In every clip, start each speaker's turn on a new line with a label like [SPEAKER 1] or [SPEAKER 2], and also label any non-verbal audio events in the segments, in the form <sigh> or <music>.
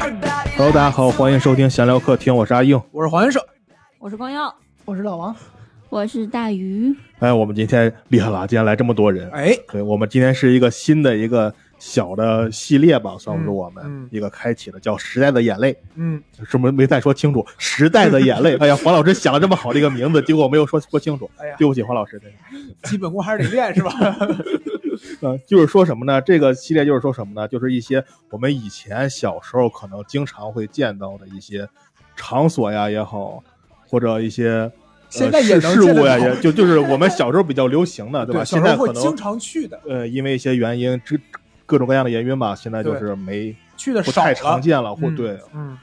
[SPEAKER 1] Hello，大家好，欢迎收听闲聊客厅，我是阿硬。
[SPEAKER 2] 我是黄先生，
[SPEAKER 3] 我是光耀，
[SPEAKER 4] 我是老王，
[SPEAKER 3] 我是大鱼，
[SPEAKER 1] 哎，我们今天厉害了，今天来这么多人。
[SPEAKER 2] 哎，
[SPEAKER 1] 对，我们今天是一个新的一个小的系列吧，算是我们、
[SPEAKER 2] 嗯嗯
[SPEAKER 1] 一个开启的，叫《时代的眼泪
[SPEAKER 2] 嗯，》，
[SPEAKER 1] 是没没再说清楚，《时代的眼
[SPEAKER 2] <laughs>
[SPEAKER 1] 泪》。哎呀，黄老师想了这么好的一个名字，结果没有说说清楚，
[SPEAKER 2] 哎呀
[SPEAKER 1] 对不起，黄老师。对
[SPEAKER 2] 基本功还是得练 <laughs> 是吧？
[SPEAKER 1] 呃，就是说什么呢？这个系列就是说什么呢？就是一些我们以前小时候可能经常会见到的一些场所呀也好，或者一些。
[SPEAKER 2] 现在也
[SPEAKER 1] 呃、
[SPEAKER 2] 能
[SPEAKER 1] 事事
[SPEAKER 2] 见得
[SPEAKER 1] 物呀，
[SPEAKER 2] 到
[SPEAKER 1] 也就就是我们小时候比较流行的，对吧？
[SPEAKER 2] 小
[SPEAKER 1] 现
[SPEAKER 2] 时
[SPEAKER 1] 在
[SPEAKER 2] 候
[SPEAKER 1] 可
[SPEAKER 2] 会
[SPEAKER 1] 能
[SPEAKER 2] 经常去的，
[SPEAKER 1] 呃，因为一些原因，这各种各样的原因吧，现在就
[SPEAKER 2] 对
[SPEAKER 1] 是没
[SPEAKER 2] 去的
[SPEAKER 1] 不
[SPEAKER 2] 少
[SPEAKER 1] 太常
[SPEAKER 2] 了。
[SPEAKER 1] 见了，或
[SPEAKER 2] 嗯
[SPEAKER 1] 对
[SPEAKER 2] 嗯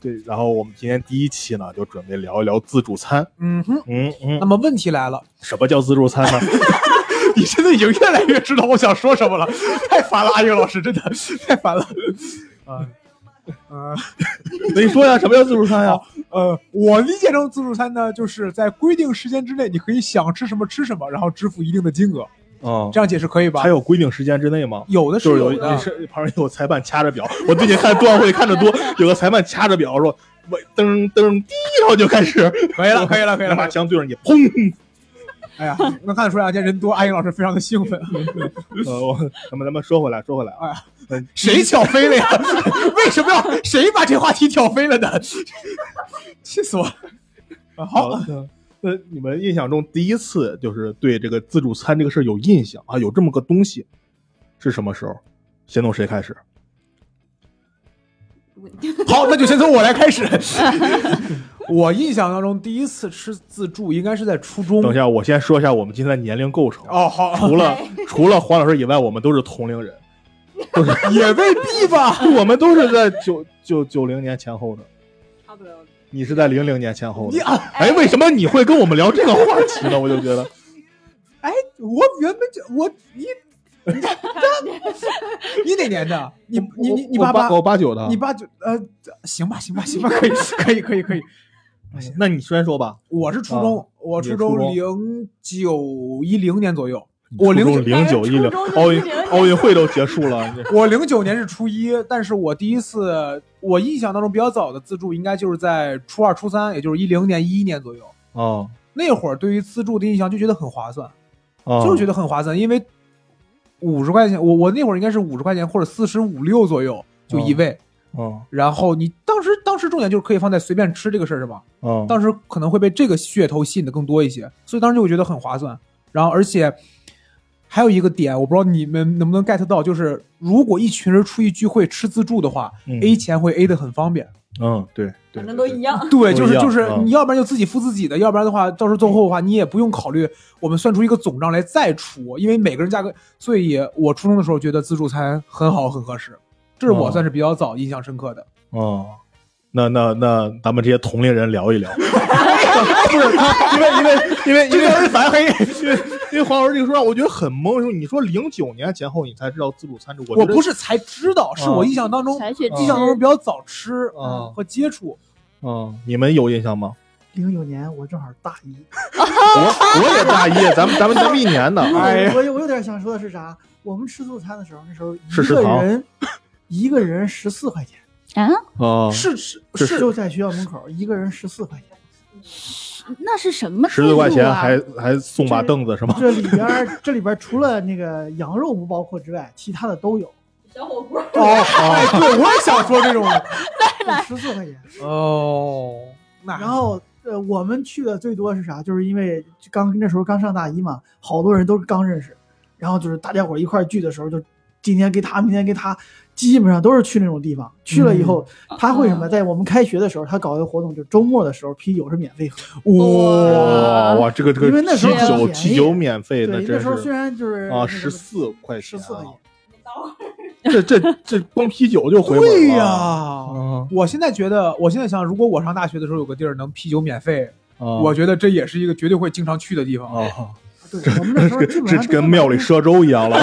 [SPEAKER 1] 对。然后我们今天第一期呢，就准备聊一聊自助餐。
[SPEAKER 2] 嗯哼，
[SPEAKER 1] 嗯
[SPEAKER 2] 那
[SPEAKER 1] 嗯，
[SPEAKER 2] 么问题来了，
[SPEAKER 1] 什么叫自助餐呢？
[SPEAKER 2] <laughs>
[SPEAKER 1] <laughs>
[SPEAKER 2] 你现在已经越来越知道我想说什 <laughs> 么了，太烦了，阿英老师，真的 <laughs> 太烦了。啊，呃
[SPEAKER 1] 你说呀，什么叫自助餐呀？
[SPEAKER 2] 呃，我理解中自助餐呢，就是在规定时间之内，你可以想吃什么吃什么，然后支付一定的金额，
[SPEAKER 1] 嗯
[SPEAKER 2] 哦这，样解释可以吧
[SPEAKER 1] 还？有规定时间之内吗？
[SPEAKER 2] 有的是 <laughs>
[SPEAKER 1] 就是有
[SPEAKER 2] 有的，
[SPEAKER 1] 是旁边有裁判掐着表，我最近看冬奥会看的多，有个裁判掐着表说，我噔噔滴，然后就开始
[SPEAKER 2] 可以了，可以了，可以 <laughs>
[SPEAKER 1] 拿把
[SPEAKER 2] 了。
[SPEAKER 1] 枪对着你，砰！
[SPEAKER 2] 哎呀，能看得出来，今天人多，阿英老师非常的兴 <laughs> 奋。
[SPEAKER 1] 呃，我咱们咱们说回来，说回来
[SPEAKER 2] 哎
[SPEAKER 1] 啊，
[SPEAKER 2] 谁挑飞了呀？ <laughs> 为什么要谁把这话题挑飞了呢？ <laughs> 气死我了！啊好，
[SPEAKER 1] 了。嗯那你们印象中第一次就是对这个自助餐这个事儿有印象啊，有这么个东西，是什么时候？先从谁开始？
[SPEAKER 2] 好，那就先从我来开始。 <laughs> 我印象当中，第一次吃自助应该是在初中。
[SPEAKER 1] 等一下，我先说一下我们今天的年龄构成。
[SPEAKER 2] 哦，好，
[SPEAKER 1] 除了除了黄老师以外，我们都是同龄人， <laughs>
[SPEAKER 2] 也未必吧。
[SPEAKER 1] 我们都是在九九九零年前后的。
[SPEAKER 3] 差不多。
[SPEAKER 1] 你是在零零年前后的
[SPEAKER 2] 你。啊，
[SPEAKER 1] 哎，为什么你会跟我们聊这个话题呢？我就觉得，
[SPEAKER 2] 哎，我原本就我你，你哪年的？你 <laughs> 你你你
[SPEAKER 1] 我
[SPEAKER 2] 八
[SPEAKER 1] 我
[SPEAKER 2] 八
[SPEAKER 1] 八，我八九的，啊
[SPEAKER 2] 你八九呃，行吧行吧行吧，可以可以可以可以。
[SPEAKER 1] 哎那你先说吧。
[SPEAKER 2] 我是初中，我
[SPEAKER 1] 啊你
[SPEAKER 2] 初
[SPEAKER 1] 是初
[SPEAKER 2] 中
[SPEAKER 1] 中
[SPEAKER 2] 零九一零年左右，我零九
[SPEAKER 1] 零九一零
[SPEAKER 3] 初中就
[SPEAKER 1] 奥运
[SPEAKER 3] 是零零
[SPEAKER 1] 奥运会都结束
[SPEAKER 2] <laughs>
[SPEAKER 1] 了，你
[SPEAKER 2] 我零九年是初一，但是我第一次，我印象当中比较早的自助应该就是在初二、初三，也就是一零年、一一年左右。
[SPEAKER 1] 啊
[SPEAKER 2] 那会儿对于自助的印象就觉得很划算，
[SPEAKER 1] 啊，
[SPEAKER 2] 就是觉得很划算，因为五十块钱，我我那会儿应该是五十块钱或者四十五六左右就一位，
[SPEAKER 1] 嗯
[SPEAKER 2] 然后你当时当时重点就是可以放在随便吃这个事儿是吧？
[SPEAKER 1] 嗯，
[SPEAKER 2] 当时可能会被这个噱头吸引的更多一些，所以当时就会觉得很划算。然后，而且还有一个点，我不知道你们能不能 get 到，就是如果一群人出去聚会吃自助的话、
[SPEAKER 1] 嗯
[SPEAKER 2] a 钱会 A 的很方便。
[SPEAKER 1] 嗯对，对
[SPEAKER 3] 反正都一样。
[SPEAKER 2] 对，
[SPEAKER 1] 不
[SPEAKER 2] 就是
[SPEAKER 1] 一样
[SPEAKER 2] 就是
[SPEAKER 1] 嗯，
[SPEAKER 2] 你要不然就自己付自己的，要不然的话，到时候最后的话，你也不用考虑我们算出一个总账来再出，因为每个人价格。所以我初中的时候觉得自助餐很好，很合适，这是我
[SPEAKER 1] 哦
[SPEAKER 2] 算是比较早印象深刻的。
[SPEAKER 1] 哦，那那那咱们这些同龄人聊一 <laughs> 聊，不是他，因为因为因为因为人反黑，因为因为黄老师这个说让我觉得很懵，说你说零九年前后你才知道自助餐这，
[SPEAKER 2] 我
[SPEAKER 1] 觉得
[SPEAKER 2] 不是才知道，是我
[SPEAKER 1] 嗯
[SPEAKER 2] 印象当中
[SPEAKER 3] 才去
[SPEAKER 2] 印象当中比较早吃
[SPEAKER 1] 嗯
[SPEAKER 2] 和接触。
[SPEAKER 1] 嗯，你们有印象吗？
[SPEAKER 4] 零九年我正好大一。
[SPEAKER 1] 我我也大一，咱们咱们咱们一年
[SPEAKER 4] <laughs>
[SPEAKER 1] 的，
[SPEAKER 2] 哎呀
[SPEAKER 4] 我有我有点想说的是啥？我们吃自助餐的时候，那时候
[SPEAKER 1] 是
[SPEAKER 4] 一
[SPEAKER 1] 食
[SPEAKER 4] 个
[SPEAKER 1] 堂
[SPEAKER 4] 人一个人十四块钱，
[SPEAKER 3] 啊，
[SPEAKER 1] 哦，
[SPEAKER 2] 是是
[SPEAKER 1] 是
[SPEAKER 4] 就在学校门口，一个人十四块钱。
[SPEAKER 3] 那是什么、啊？
[SPEAKER 1] 十四块钱还还送把凳子是
[SPEAKER 4] <laughs>
[SPEAKER 1] 吗？
[SPEAKER 4] 这里边儿这里边儿除了那个羊肉不包括之外，其他的都有，
[SPEAKER 3] 小火锅。
[SPEAKER 2] 哦，哎，对，我也想说这种。
[SPEAKER 4] 十四块钱。
[SPEAKER 2] 哦，那
[SPEAKER 4] 然后呃，我们去的最多是啥？就是因为刚那时候刚上大一嘛，好多人都是刚认识，然后就是大家伙儿一块儿聚的时候，就今天给他，明天给他，基本上都是去那种地方。去了以后，
[SPEAKER 1] 嗯
[SPEAKER 4] 他会什么？在我们开学的时候，他搞一个活动，就周末的时候啤酒是免费喝。
[SPEAKER 2] 哇，
[SPEAKER 1] 哇哇，这个这
[SPEAKER 4] 因
[SPEAKER 1] 个
[SPEAKER 4] 为那
[SPEAKER 1] 啤
[SPEAKER 4] 时候很
[SPEAKER 1] 酒
[SPEAKER 4] 便宜
[SPEAKER 1] 啤酒免费的
[SPEAKER 4] 对，那
[SPEAKER 1] 真
[SPEAKER 4] 时候虽
[SPEAKER 1] 是
[SPEAKER 4] 然就是
[SPEAKER 1] 啊，十四块
[SPEAKER 4] 十
[SPEAKER 1] 钱
[SPEAKER 4] 四块
[SPEAKER 1] 啊
[SPEAKER 4] 钱，，
[SPEAKER 1] 这这这光啤酒就回本了
[SPEAKER 2] 对呀、
[SPEAKER 1] 啊
[SPEAKER 2] 我现在觉得，我现在想，如果我上大学的时候有个地儿能啤酒免费，
[SPEAKER 1] 啊
[SPEAKER 2] 我觉得这也是一个绝对会经常去的地方。
[SPEAKER 1] 啊，
[SPEAKER 4] 对，我们那时候基本
[SPEAKER 1] <laughs> 这
[SPEAKER 4] 上
[SPEAKER 1] 跟庙里
[SPEAKER 4] 说，
[SPEAKER 1] 赊粥一
[SPEAKER 4] <laughs>
[SPEAKER 1] 样了。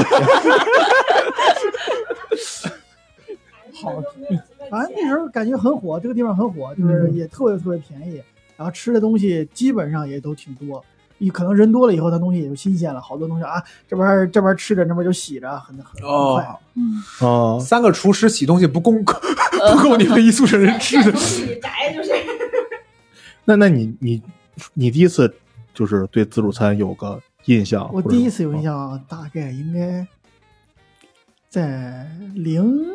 [SPEAKER 4] 反正那时候感觉很火，
[SPEAKER 1] 嗯
[SPEAKER 4] 这个地方很火，就是也特别特别便宜，然后吃的东西基本上也都挺多。一可能人多了以后，它东西也就新鲜了，好多东西啊，这边儿这边儿吃着，那边儿就洗着，很很很快。
[SPEAKER 2] 哦，
[SPEAKER 3] 嗯，
[SPEAKER 1] 啊，
[SPEAKER 2] 三个厨师洗东西不供 <laughs> 不够你们一宿舍人吃的
[SPEAKER 3] 东。西宅就是
[SPEAKER 1] <laughs> 那那你你你第一次就是对自助餐有个印象？
[SPEAKER 4] 我
[SPEAKER 1] 或者啊
[SPEAKER 4] 第一次有印
[SPEAKER 1] 什么，
[SPEAKER 4] 象，啊大概应该在零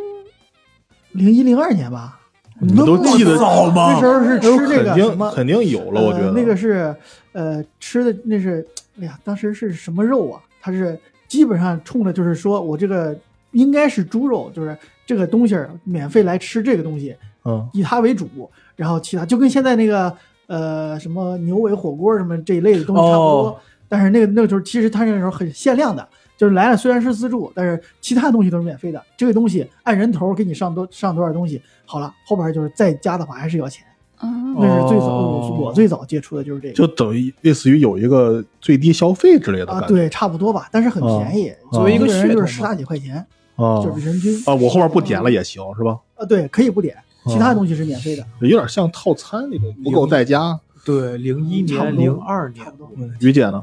[SPEAKER 4] 零一零二年吧。
[SPEAKER 1] 你都
[SPEAKER 4] 那么
[SPEAKER 1] 记得
[SPEAKER 2] 早吗
[SPEAKER 4] 那时候是
[SPEAKER 1] 那时候
[SPEAKER 4] 吃
[SPEAKER 1] 肯
[SPEAKER 4] 这个什
[SPEAKER 1] 定
[SPEAKER 4] 么？
[SPEAKER 1] 肯定有了，我觉得
[SPEAKER 4] 呃、那个是呃吃的那是，哎呀，当时是什么肉啊？它是基本上冲着就是说我这个应该是猪肉，就是这个东西儿免费来吃这个东西，
[SPEAKER 1] 嗯
[SPEAKER 4] 以它为主，然后其他就跟现在那个呃什么牛尾火锅什么这一类的东西差不多，
[SPEAKER 2] 哦
[SPEAKER 4] 但是那个那个就是其实它那个时候很限量的。就是来了，虽然是自助，但是其他东西都是免费的。这个东西按人头儿给你上多上多少东西，好了，后边儿就是再加的话还是要钱。
[SPEAKER 3] 啊
[SPEAKER 4] 那是最早、
[SPEAKER 2] 哦
[SPEAKER 4] 我我最早接触的就是这个，
[SPEAKER 1] 就等于类似于有一个最低消费之类的
[SPEAKER 4] 啊，
[SPEAKER 1] 感觉
[SPEAKER 4] 对，差不多吧，但是很
[SPEAKER 1] 哦
[SPEAKER 4] 便宜，
[SPEAKER 1] 作为一
[SPEAKER 2] 个
[SPEAKER 4] 人
[SPEAKER 2] 噱头
[SPEAKER 4] 就
[SPEAKER 2] 嘛
[SPEAKER 4] 是十大几块钱，
[SPEAKER 1] 啊
[SPEAKER 4] 就是人均
[SPEAKER 1] 啊，我后面不哦点了也行是吧？
[SPEAKER 4] 啊，对，可以不点，其他东西是免费的，
[SPEAKER 1] 有点像套餐那种，不够在家。
[SPEAKER 2] 对，零一
[SPEAKER 4] 差
[SPEAKER 2] 年、
[SPEAKER 4] 不
[SPEAKER 2] 零
[SPEAKER 4] 多
[SPEAKER 2] 二年
[SPEAKER 4] 差不多，
[SPEAKER 1] 于姐呢？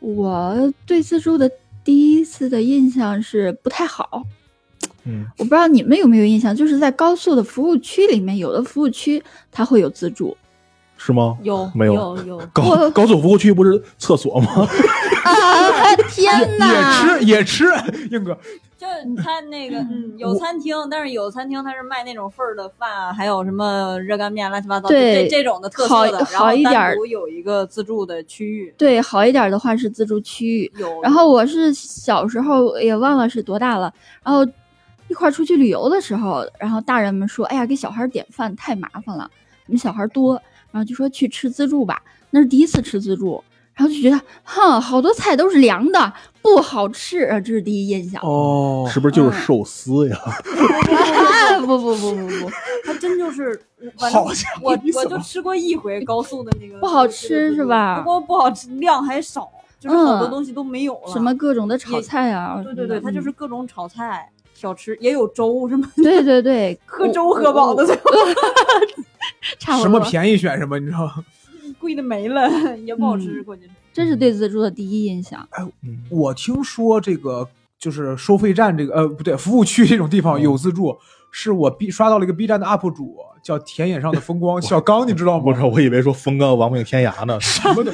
[SPEAKER 3] 我对自助的第一次的印象是不太好，
[SPEAKER 1] 嗯
[SPEAKER 3] 我不知道你们有没有印象，就是在高速的服务区里面，有的服务区它会有自助，
[SPEAKER 1] 是吗？
[SPEAKER 3] 有
[SPEAKER 1] 没有
[SPEAKER 3] 有有，
[SPEAKER 1] 高
[SPEAKER 3] 我
[SPEAKER 1] 高速服务区不是厕所吗？ <laughs>
[SPEAKER 3] 啊天哪！
[SPEAKER 2] 也吃也吃， <laughs> 硬哥
[SPEAKER 5] 就是他那个，嗯，有餐厅，但是有餐厅它是卖那种份儿的饭啊，还有什么热干面、乱七八糟的，
[SPEAKER 3] 对
[SPEAKER 5] 这这种的特色的。
[SPEAKER 3] 好
[SPEAKER 5] 然后
[SPEAKER 3] 好一点儿
[SPEAKER 5] 单独有一个自助的区域，
[SPEAKER 3] 对，好一点的话是自助区域，
[SPEAKER 5] 有。
[SPEAKER 3] 然后我是小时候也忘了是多大了，然后一块儿出去旅游的时候，然后大人们说：“哎呀，给小孩儿点饭太麻烦了，你们小孩儿多。”然后就说去吃自助吧，那是第一次吃自助，然后就觉得，哼，好多菜都是凉的，不好吃，啊这是第一印象。
[SPEAKER 2] 哦
[SPEAKER 1] 是不是就是寿司呀？ <laughs>
[SPEAKER 3] 啊不不不不不，
[SPEAKER 5] 它真就是，反正
[SPEAKER 2] 好家伙
[SPEAKER 5] 我
[SPEAKER 2] 你怎
[SPEAKER 5] 我
[SPEAKER 2] 么
[SPEAKER 5] 就吃过一回高速的那个，
[SPEAKER 3] 不好吃是吧
[SPEAKER 5] 不过不好吃，量还少，就是好多
[SPEAKER 3] 嗯
[SPEAKER 5] 东西都没有了。
[SPEAKER 3] 什么？各种的炒菜啊，
[SPEAKER 5] 对对对，它
[SPEAKER 3] 嗯
[SPEAKER 5] 就是各种炒菜、小吃，也有粥什么，
[SPEAKER 3] 对对对，
[SPEAKER 5] <laughs> 喝粥喝饱的，最后
[SPEAKER 3] 差不多。
[SPEAKER 2] 什么便宜选什么，你知道吗？
[SPEAKER 5] <laughs> 贵的没了，也不好吃，关键是。
[SPEAKER 3] 这是对自助的第一印象。
[SPEAKER 1] 嗯
[SPEAKER 2] 我听说这个就是收费站这个呃不对，服务区这种地
[SPEAKER 1] 嗯
[SPEAKER 2] 方有自助，是我 B 刷到了一个 B 站的 UP 主叫田野上的风光小刚，你知道
[SPEAKER 1] 不
[SPEAKER 2] 吗？
[SPEAKER 1] 是，我以为说风干亡命天涯呢。
[SPEAKER 2] 什么的，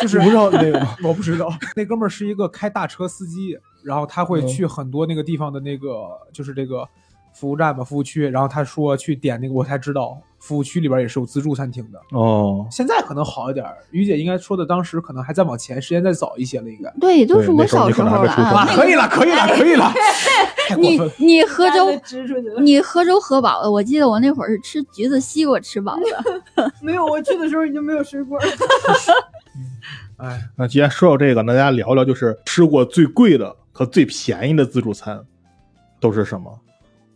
[SPEAKER 2] 就是
[SPEAKER 1] 不知道那个吗？
[SPEAKER 2] <laughs> 我不知道，那哥们儿是一个开大车司机，然后他
[SPEAKER 1] 嗯
[SPEAKER 2] 会去很多那个地方的那个，就是这个服务站吧，服务区。然后他说去点那个，我才知道服务区里边也是有自助餐厅的。
[SPEAKER 1] 哦，
[SPEAKER 2] 现在可能好一点儿，于姐应该说的当时可能还再往前，时间再早一些了，应该。
[SPEAKER 3] 对，都是
[SPEAKER 1] 对那
[SPEAKER 3] 我
[SPEAKER 1] 时候
[SPEAKER 3] 小
[SPEAKER 1] 你
[SPEAKER 3] 时
[SPEAKER 1] 可能还
[SPEAKER 3] 候
[SPEAKER 1] 没
[SPEAKER 3] 了
[SPEAKER 1] 出生
[SPEAKER 3] 啊。
[SPEAKER 2] 哇，可以了，可以了，可
[SPEAKER 1] <laughs>
[SPEAKER 2] 以了，太过
[SPEAKER 3] 你
[SPEAKER 2] 分了。
[SPEAKER 3] 你喝
[SPEAKER 5] <laughs> 一下
[SPEAKER 3] 粥
[SPEAKER 5] 就支出去了。
[SPEAKER 3] 你喝粥喝饱了，我记得我那会儿是吃橘子、西瓜吃饱的。
[SPEAKER 5] 没有，我去的时候已经没有水果了。
[SPEAKER 2] 哎，
[SPEAKER 1] 那既然说到这个，那大家聊聊就是吃过最贵的和最便宜的自助餐都是什么？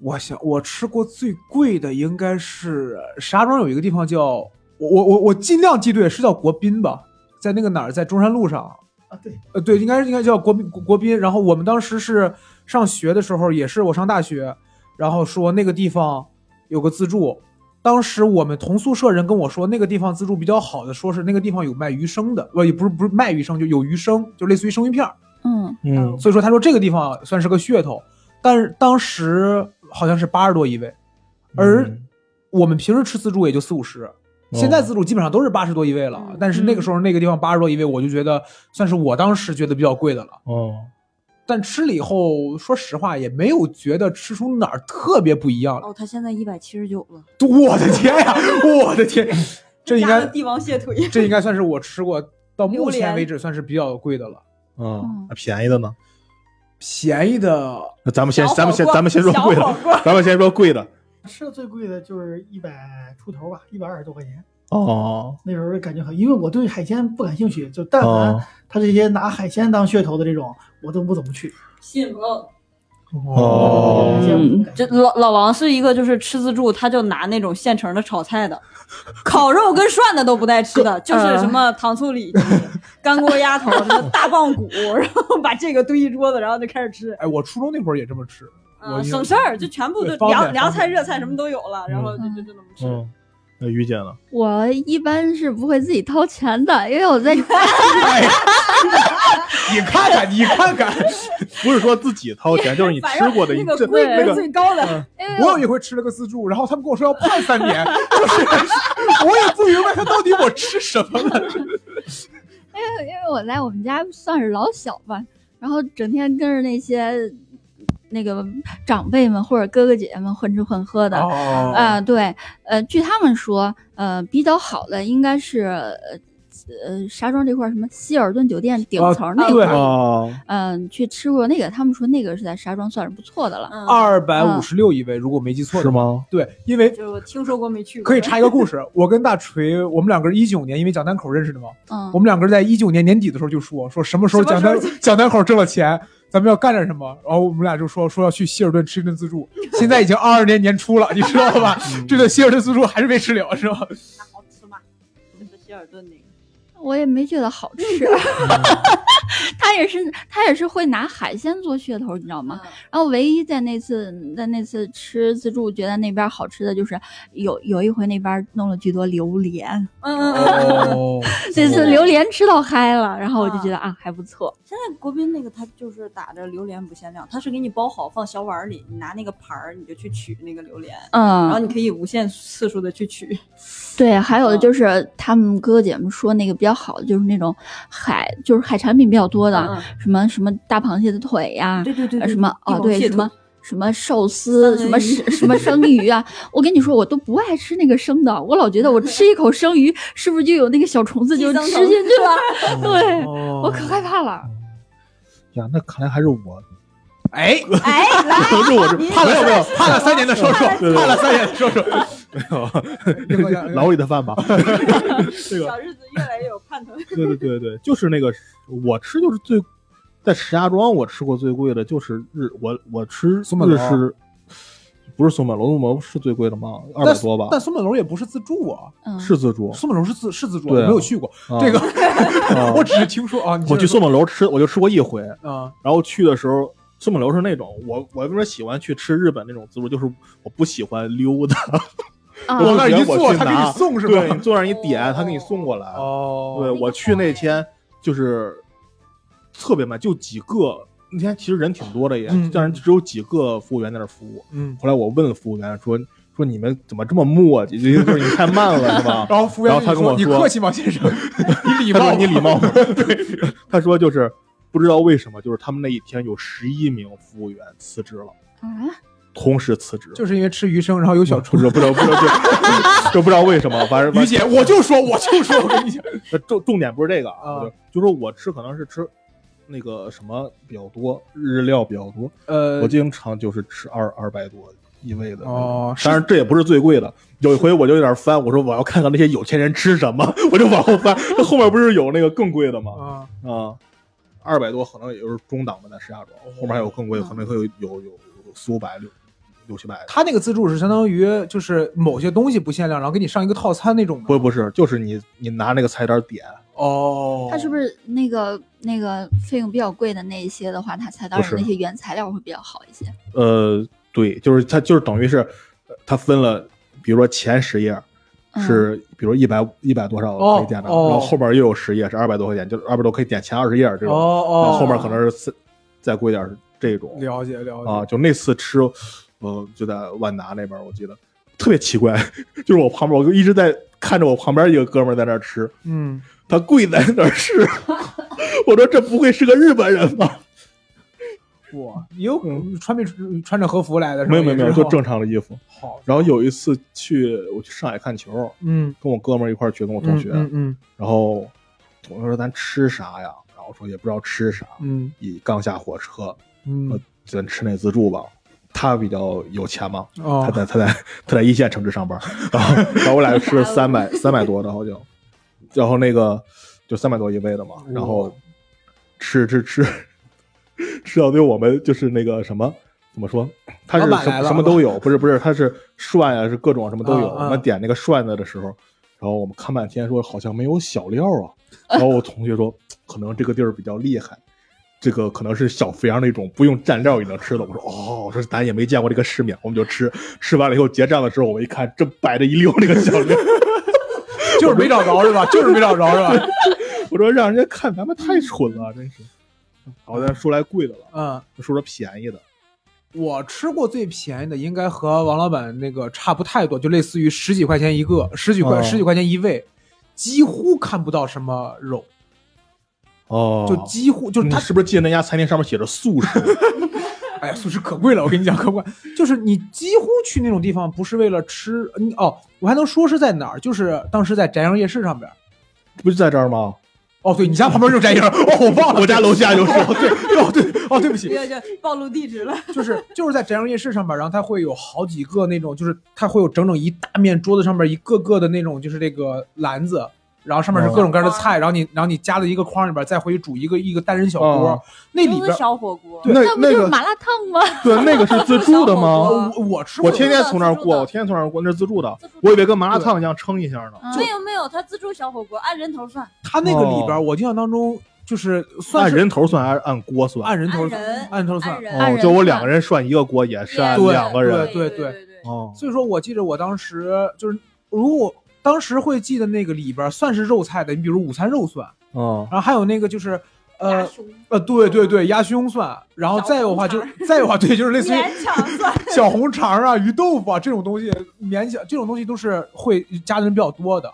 [SPEAKER 2] 我想我吃过最贵的应该是石家庄有一个地方叫我我我我尽量记对，是叫国宾吧，在那个哪儿，在中山路上，
[SPEAKER 4] 啊，对，
[SPEAKER 2] 呃，对，应该是应该叫国宾国国宾。然后我们当时是上学的时候，也是我上大学，然后说那个地方有个自助。当时我们同宿舍人跟我说，那个地方自助比较好的，说是那个地方有卖鱼生的，呃不也不是不是卖鱼生，就有鱼生，就类似于生鱼片儿。
[SPEAKER 3] 嗯，
[SPEAKER 1] 嗯
[SPEAKER 2] 所以说他说这个地方算是个噱头，但是当时好像是八十多一位，而
[SPEAKER 1] 嗯
[SPEAKER 2] 我们平时吃自助也就四五十，现在自助基本上都是八十多一位了
[SPEAKER 5] 嗯。
[SPEAKER 2] 但是那个时候那个地方八十多一位，我就觉得算是我当时觉得比较贵的了。
[SPEAKER 1] 哦，
[SPEAKER 2] 但吃了以后，说实话也没有觉得吃出哪儿特别不一样来。
[SPEAKER 5] 哦，他现在一百七十九了，
[SPEAKER 2] 我的天
[SPEAKER 5] <laughs>
[SPEAKER 2] 呀，我的天，这应
[SPEAKER 5] 加了
[SPEAKER 2] 该
[SPEAKER 5] 帝王蟹腿。
[SPEAKER 2] 这应该算是我吃过到目
[SPEAKER 5] 榴
[SPEAKER 2] 前
[SPEAKER 5] 莲
[SPEAKER 2] 为止算是比较贵的了。
[SPEAKER 1] 嗯
[SPEAKER 3] 嗯，
[SPEAKER 1] 那便宜的呢？
[SPEAKER 2] 便宜的
[SPEAKER 1] 那咱们先，
[SPEAKER 5] 小火
[SPEAKER 1] 咱们先，
[SPEAKER 5] 锅
[SPEAKER 1] 咱们先说
[SPEAKER 5] 小
[SPEAKER 1] 贵
[SPEAKER 5] 火
[SPEAKER 1] 的，咱们先说贵的。
[SPEAKER 4] 吃的最贵的就是一百出头吧，一百二十多块钱，
[SPEAKER 1] 哦，
[SPEAKER 4] 那时候感觉很，因为我对海鲜不感兴趣，就但
[SPEAKER 1] 哦
[SPEAKER 4] 凡他这些拿海鲜当噱头的这种，我都不怎么去，
[SPEAKER 5] 吸引不到。
[SPEAKER 1] 哦
[SPEAKER 4] 海鲜我不感
[SPEAKER 5] 嗯这
[SPEAKER 4] 兴趣
[SPEAKER 5] 老老王是一个就是吃自助，他就拿那种现成的炒菜的，烤肉跟涮的都不带吃的，就是
[SPEAKER 1] 嗯
[SPEAKER 5] 什么糖醋里脊、干锅鸭头、什么大棒骨，然后把这个堆一桌子，然后就开始吃。
[SPEAKER 2] 哎，我初中那会儿也这么吃，我
[SPEAKER 5] 嗯，
[SPEAKER 2] 印象
[SPEAKER 5] 省事儿，就全部
[SPEAKER 2] 对方
[SPEAKER 5] 都
[SPEAKER 2] 便
[SPEAKER 5] 凉凉
[SPEAKER 2] 方
[SPEAKER 5] 菜、
[SPEAKER 2] 便
[SPEAKER 5] 热菜什么都有了，然后就就就那么吃。
[SPEAKER 1] 嗯，那于姐呢？
[SPEAKER 3] 我一般是不会自己掏钱的，因为我在
[SPEAKER 2] 你看看，你看看，
[SPEAKER 1] 不是说自己掏钱，就是你吃过的一
[SPEAKER 5] 那个
[SPEAKER 1] 阵
[SPEAKER 5] 贵
[SPEAKER 1] 那
[SPEAKER 5] 人
[SPEAKER 1] 个
[SPEAKER 5] 最高
[SPEAKER 2] 嗯
[SPEAKER 5] 的，
[SPEAKER 2] 我有一回吃了个自助，然后他们跟我说要判三年，就是 <laughs> 我也不明白他到底我吃什么了。
[SPEAKER 3] 因为我在我们家算是老小吧，然后整天跟着那些那个长辈们或者哥哥姐姐们混吃混喝的。
[SPEAKER 2] 哦
[SPEAKER 3] 呃，对，呃，据他们说，呃，比较好的应该是呃呃沙庄这块儿什么希尔顿酒店顶
[SPEAKER 2] 啊
[SPEAKER 3] 层那
[SPEAKER 2] 对
[SPEAKER 3] 块
[SPEAKER 2] 啊
[SPEAKER 3] 儿，
[SPEAKER 1] 哦，
[SPEAKER 3] 嗯、去吃过那个，他们说那个是在沙庄算是不错的了。
[SPEAKER 5] 嗯，
[SPEAKER 2] 二百五十六一位，如果没记错
[SPEAKER 1] 是
[SPEAKER 2] 的话。
[SPEAKER 1] 吗？
[SPEAKER 2] 对，因为
[SPEAKER 5] 就是我听说过没去过，
[SPEAKER 2] 可以插一个故事，我跟大锤，我们两个人一九年因为讲单口认识的嘛，
[SPEAKER 3] 嗯
[SPEAKER 2] 我，们两个人在一九年年底的时候就说说什么时候讲单
[SPEAKER 5] 什么
[SPEAKER 2] 讲单口挣了钱，咱们要干点什么。然后我们俩就说说要去希尔顿吃一顿自 <laughs> 助，现在已经二二年年初了，你知道吧？这顿希尔顿自助还是没吃了，是吧？
[SPEAKER 5] 那好吃吗？就是希尔顿那个，
[SPEAKER 3] 我也没觉得好吃。
[SPEAKER 5] 嗯
[SPEAKER 3] <laughs> 他也是，他也是会拿海鲜做噱头，你知道
[SPEAKER 5] 嗯
[SPEAKER 3] 吗？然后唯一在那次在那次吃自助，觉得那边好吃的就是有有一回那边弄了巨多
[SPEAKER 5] <laughs>
[SPEAKER 3] 榴莲，
[SPEAKER 5] 嗯嗯嗯。
[SPEAKER 2] 哦，
[SPEAKER 3] 这次榴莲吃到嗨了，然后我就觉得
[SPEAKER 5] 嗯
[SPEAKER 3] 啊还不错。
[SPEAKER 5] 现在国宾那个他就是打着榴莲不限量，他是给你包好放小碗里，你拿那个盘儿你就去取那个榴莲，然后嗯
[SPEAKER 3] 嗯，
[SPEAKER 5] 你可以无限次数的去取。
[SPEAKER 3] 对，还有的就是他们哥哥姐们说那个比较好的就是那种海，就是海产品比较多的，
[SPEAKER 5] 嗯
[SPEAKER 3] 什么什么大螃蟹的腿呀、
[SPEAKER 5] 嗯对对对，
[SPEAKER 3] 呃
[SPEAKER 5] 对
[SPEAKER 3] 什么
[SPEAKER 5] 帝
[SPEAKER 3] 哦
[SPEAKER 5] 王
[SPEAKER 3] 对
[SPEAKER 5] 蟹
[SPEAKER 3] 什么
[SPEAKER 5] 腿
[SPEAKER 3] 什么寿司
[SPEAKER 5] 三
[SPEAKER 3] 什
[SPEAKER 5] 文
[SPEAKER 3] 么
[SPEAKER 5] 鱼 <laughs>
[SPEAKER 3] 什什么生鱼啊，我跟你说我都不爱吃那个生的，我老觉得我吃一口生鱼是不是就有那个小虫子
[SPEAKER 5] 寄
[SPEAKER 3] 就
[SPEAKER 5] 生
[SPEAKER 3] 吃
[SPEAKER 5] 虫
[SPEAKER 3] 进去
[SPEAKER 5] <laughs>
[SPEAKER 3] 了，对我
[SPEAKER 1] 我
[SPEAKER 3] 可害怕了。
[SPEAKER 1] 呀，那看来 <laughs> 还是我，
[SPEAKER 2] <laughs> 哎， <laughs>
[SPEAKER 5] 哎，来，
[SPEAKER 1] 不是我这
[SPEAKER 2] 判了
[SPEAKER 1] 没有没有
[SPEAKER 2] 判了三年的说 <laughs> 说，
[SPEAKER 1] 对对对
[SPEAKER 2] 判了三年的说说，
[SPEAKER 1] 没 <laughs> 有，牢里的饭吧。这个，
[SPEAKER 5] 小日子越来越有盼头。
[SPEAKER 1] 对对对对，就是那个，我吃就是最，在石家庄我吃过最贵的就是日，我我吃
[SPEAKER 2] 松本楼
[SPEAKER 1] 日式，不是松本楼，松本楼是最贵的吗？二百多吧
[SPEAKER 2] 但，松本楼也不是自助啊，
[SPEAKER 3] 嗯，
[SPEAKER 1] 是自助。
[SPEAKER 2] 松本楼是自是自助，我
[SPEAKER 1] 对啊
[SPEAKER 2] 没有去过
[SPEAKER 1] 啊
[SPEAKER 2] 这个，
[SPEAKER 1] 啊
[SPEAKER 2] <laughs> 我只是听说啊。你接着
[SPEAKER 1] 我去
[SPEAKER 2] 说
[SPEAKER 1] 松本楼吃，我就吃过一回，
[SPEAKER 2] 啊，
[SPEAKER 1] 然后去的时候，松本楼是那种我我为什么喜欢去吃日本那种自助，就是我不喜欢溜达，
[SPEAKER 3] 啊
[SPEAKER 2] 往
[SPEAKER 1] <laughs> 我
[SPEAKER 2] 那儿一
[SPEAKER 1] 我
[SPEAKER 2] 坐，
[SPEAKER 1] 去
[SPEAKER 2] 他给
[SPEAKER 1] 拿
[SPEAKER 2] 你送是
[SPEAKER 1] 对
[SPEAKER 2] 吧
[SPEAKER 1] 你？坐那儿一点，他给你送过来。对
[SPEAKER 2] 哦，
[SPEAKER 1] 我去那天就是特别慢，就几个。那天其实人挺多的也
[SPEAKER 2] 嗯，
[SPEAKER 1] 但是只有几个服务员在那儿服务。
[SPEAKER 2] 嗯，
[SPEAKER 1] 后来我问服务员说说你们怎么这么磨叽？就就是你太慢了是吧？
[SPEAKER 2] <laughs> 然后服务员
[SPEAKER 1] 然后他
[SPEAKER 2] 就
[SPEAKER 1] 跟我
[SPEAKER 2] 你
[SPEAKER 1] 说
[SPEAKER 2] 客气吗，先生？ <laughs> 你礼
[SPEAKER 1] 他
[SPEAKER 2] 貌
[SPEAKER 1] 说
[SPEAKER 2] 吗，
[SPEAKER 1] 你礼貌
[SPEAKER 2] <laughs>
[SPEAKER 1] 吗？对，他说就是不知道为什么，就是他们那一天有十一名服务员辞职了，
[SPEAKER 3] 啊，
[SPEAKER 1] 同时辞职。
[SPEAKER 2] 就是因为吃鱼生，然后有小
[SPEAKER 1] 不
[SPEAKER 2] 虫
[SPEAKER 1] 知。道不知道不知道就就不知道为什么，反正
[SPEAKER 2] 于
[SPEAKER 1] 反
[SPEAKER 2] 姐，我就说，我就说，我跟你讲，
[SPEAKER 1] 正重重点不是这个
[SPEAKER 2] 啊
[SPEAKER 1] 我就就说我吃可能是吃那个什么比较多，日料比较多，
[SPEAKER 2] 呃
[SPEAKER 1] <laughs> 我，经常就是吃二二百多一位的那种
[SPEAKER 2] 哦是
[SPEAKER 1] 当然这也不是最贵的。有一回我就有点翻，我说我要看看那些有钱人吃什么， <laughs> 我就往后翻，那后面不是有那个更贵的吗？
[SPEAKER 2] 啊，
[SPEAKER 1] 啊，二百多可能也就是中档吧，在石家庄，
[SPEAKER 2] 哦
[SPEAKER 1] 后面还有
[SPEAKER 2] 嗯
[SPEAKER 1] 更贵，可能会有有有有四五百六六七百的。
[SPEAKER 2] 他那个自助是相当于就是某些东西不限量，然后给你上一个套餐那种的。
[SPEAKER 1] 不不是，就是你你拿那个菜单点，
[SPEAKER 2] 哦，
[SPEAKER 3] 他是不是那个那个费用比较贵的那一些的话，他菜单
[SPEAKER 1] 不
[SPEAKER 3] 里
[SPEAKER 1] 是
[SPEAKER 3] 那些原材料会比较好一些？
[SPEAKER 1] 呃，对，就是它就是等于是呃它分了，比如说前十页
[SPEAKER 3] 嗯
[SPEAKER 1] 是比如一百一百多少
[SPEAKER 2] 哦
[SPEAKER 1] 可以点的，
[SPEAKER 2] 哦
[SPEAKER 1] 然后后面又有十页是二百多块钱，就是二百多可以点前二十页这
[SPEAKER 2] 哦
[SPEAKER 1] 种，然后
[SPEAKER 2] 哦，
[SPEAKER 1] 后面可能是四再贵点是这种
[SPEAKER 2] 了解了解
[SPEAKER 1] 啊。就那次吃，呃，就在万达那边，我记得特别奇怪， <laughs> 就是我旁边我就一直在看着我旁边一个哥们儿在那儿吃，
[SPEAKER 2] 嗯，
[SPEAKER 1] 他跪在那儿吃， <laughs> 我说这不会是个日本人吧？
[SPEAKER 2] 哇，也有可能穿没穿穿着和服来的是吧？
[SPEAKER 1] 嗯没有没有没有，
[SPEAKER 2] 也是
[SPEAKER 1] 就正常的衣服。
[SPEAKER 2] 好。
[SPEAKER 1] 然后有一次去我去上海看球，
[SPEAKER 2] 嗯，
[SPEAKER 1] 跟我哥们儿一块儿去，跟我同学，啊
[SPEAKER 2] 嗯嗯
[SPEAKER 1] 然后我说咱吃啥呀？然后说也不知道吃啥，
[SPEAKER 2] 嗯
[SPEAKER 1] 一刚下火车，
[SPEAKER 2] 嗯
[SPEAKER 1] 呃咱吃那自助吧。他比较有钱嘛，
[SPEAKER 2] 嗯，
[SPEAKER 1] 他
[SPEAKER 2] 哦，
[SPEAKER 1] 在 <laughs> 他在他在一线城市上班，
[SPEAKER 2] <laughs>
[SPEAKER 1] 然后然后我俩就吃了三百三百多的好像，然后那个就三百多一位的嘛，
[SPEAKER 2] 哦
[SPEAKER 1] 然后吃吃吃 <laughs> 吃到对我们就是那个什么怎么说，他是
[SPEAKER 2] 老板
[SPEAKER 1] 什
[SPEAKER 2] 来
[SPEAKER 1] 么
[SPEAKER 2] 了
[SPEAKER 1] 什么都有，不是不是，他是涮呀、是各种什么都有。
[SPEAKER 2] 啊啊
[SPEAKER 1] 我们点那个涮的的时候，然后我们看半天说好像没有小料啊，然后我同学说可能这个地儿比较厉害。这个可能是小肥羊那种不用蘸料也能吃的。我说哦，我说咱也没见过这个世面，我们就吃。吃完了以后结账的时候，我一看，这摆着一溜那个小料，
[SPEAKER 2] 就是没找着是吧？就是没找着是吧？
[SPEAKER 1] <laughs> 我说让人家看咱们太蠢了，真是。好，咱说来贵的了，
[SPEAKER 2] 嗯，
[SPEAKER 1] 说说便宜的。
[SPEAKER 2] 我吃过最便宜的应该和王老板那个差不太多，就类似于十几块钱一个，十几块、
[SPEAKER 1] 哦
[SPEAKER 2] 十几块钱一位，几乎看不到什么肉，
[SPEAKER 1] 哦
[SPEAKER 2] 就几乎就是
[SPEAKER 1] 你
[SPEAKER 2] 它
[SPEAKER 1] 是不是记得那家餐厅上面写着素食？
[SPEAKER 2] 哎呀，素食可贵了，我 <laughs> 跟你讲，可贵，就是你几乎去那种地方不是为了吃，你哦，我还能说是在哪儿，就是当时在翟阳夜市上边儿。
[SPEAKER 1] <laughs> 不是在这儿吗？
[SPEAKER 2] 哦，对你家旁边就是翟
[SPEAKER 1] <laughs>
[SPEAKER 2] 阳，哦，我忘了，
[SPEAKER 1] 我家楼下就是。
[SPEAKER 2] 对，哦对，哦对不起，
[SPEAKER 5] 这 <laughs> 就暴露地址了。
[SPEAKER 2] 就是就是在翟阳夜市上边儿，然后它会有好几个那种，就是它会有整整一大面桌子上面一个个的那种，就是这个篮子，然后上面是各种各样的菜，然后你然后你夹在一个筐里边儿，再回去煮一个一个单人小锅，
[SPEAKER 1] 哦
[SPEAKER 2] 那里
[SPEAKER 5] 都
[SPEAKER 2] 边
[SPEAKER 5] 是
[SPEAKER 2] 儿
[SPEAKER 5] 小火锅，
[SPEAKER 1] 那
[SPEAKER 3] 那不
[SPEAKER 1] 那
[SPEAKER 3] 就是
[SPEAKER 1] 个
[SPEAKER 3] 麻辣烫吗？
[SPEAKER 1] 对，那个是自助的吗？
[SPEAKER 2] 呃我我吃过
[SPEAKER 1] 我
[SPEAKER 2] 的，
[SPEAKER 1] 天天从那儿
[SPEAKER 5] 自助的
[SPEAKER 1] 过，我天天从那儿过，那是自助的
[SPEAKER 5] 自助的，
[SPEAKER 1] 我以为跟麻辣烫一样撑一下呢。
[SPEAKER 5] 没有没有，他自助小火锅按人头算，
[SPEAKER 2] 它那个里边儿，我印象当中就是算
[SPEAKER 1] 按
[SPEAKER 2] 是
[SPEAKER 1] 人头算还是按锅算？
[SPEAKER 2] 按人头
[SPEAKER 5] 按人
[SPEAKER 2] 按头算
[SPEAKER 5] 按。人
[SPEAKER 1] 哦，就我两个人涮一个锅也是按
[SPEAKER 2] 对
[SPEAKER 1] 两个人。
[SPEAKER 2] 对
[SPEAKER 5] 对
[SPEAKER 2] 对
[SPEAKER 5] 对对，
[SPEAKER 1] 哦，
[SPEAKER 2] 所以说我记得我当时就是，如果当时会记得那个里边儿算是肉菜的，你比如午餐肉蒜，
[SPEAKER 1] 哦，
[SPEAKER 2] 然后还有那个就是
[SPEAKER 5] 大
[SPEAKER 2] 呃
[SPEAKER 5] 熊
[SPEAKER 2] 呃，对对对，鸭胸蒜，然后
[SPEAKER 5] 小
[SPEAKER 2] 再有的
[SPEAKER 5] 红
[SPEAKER 2] 话就
[SPEAKER 5] 肠
[SPEAKER 2] 是再有的话对，就是类似于
[SPEAKER 5] 勉强算，
[SPEAKER 2] 小红肠啊、鱼豆腐啊这种东西，勉强这种东西都是会加的人比较多的。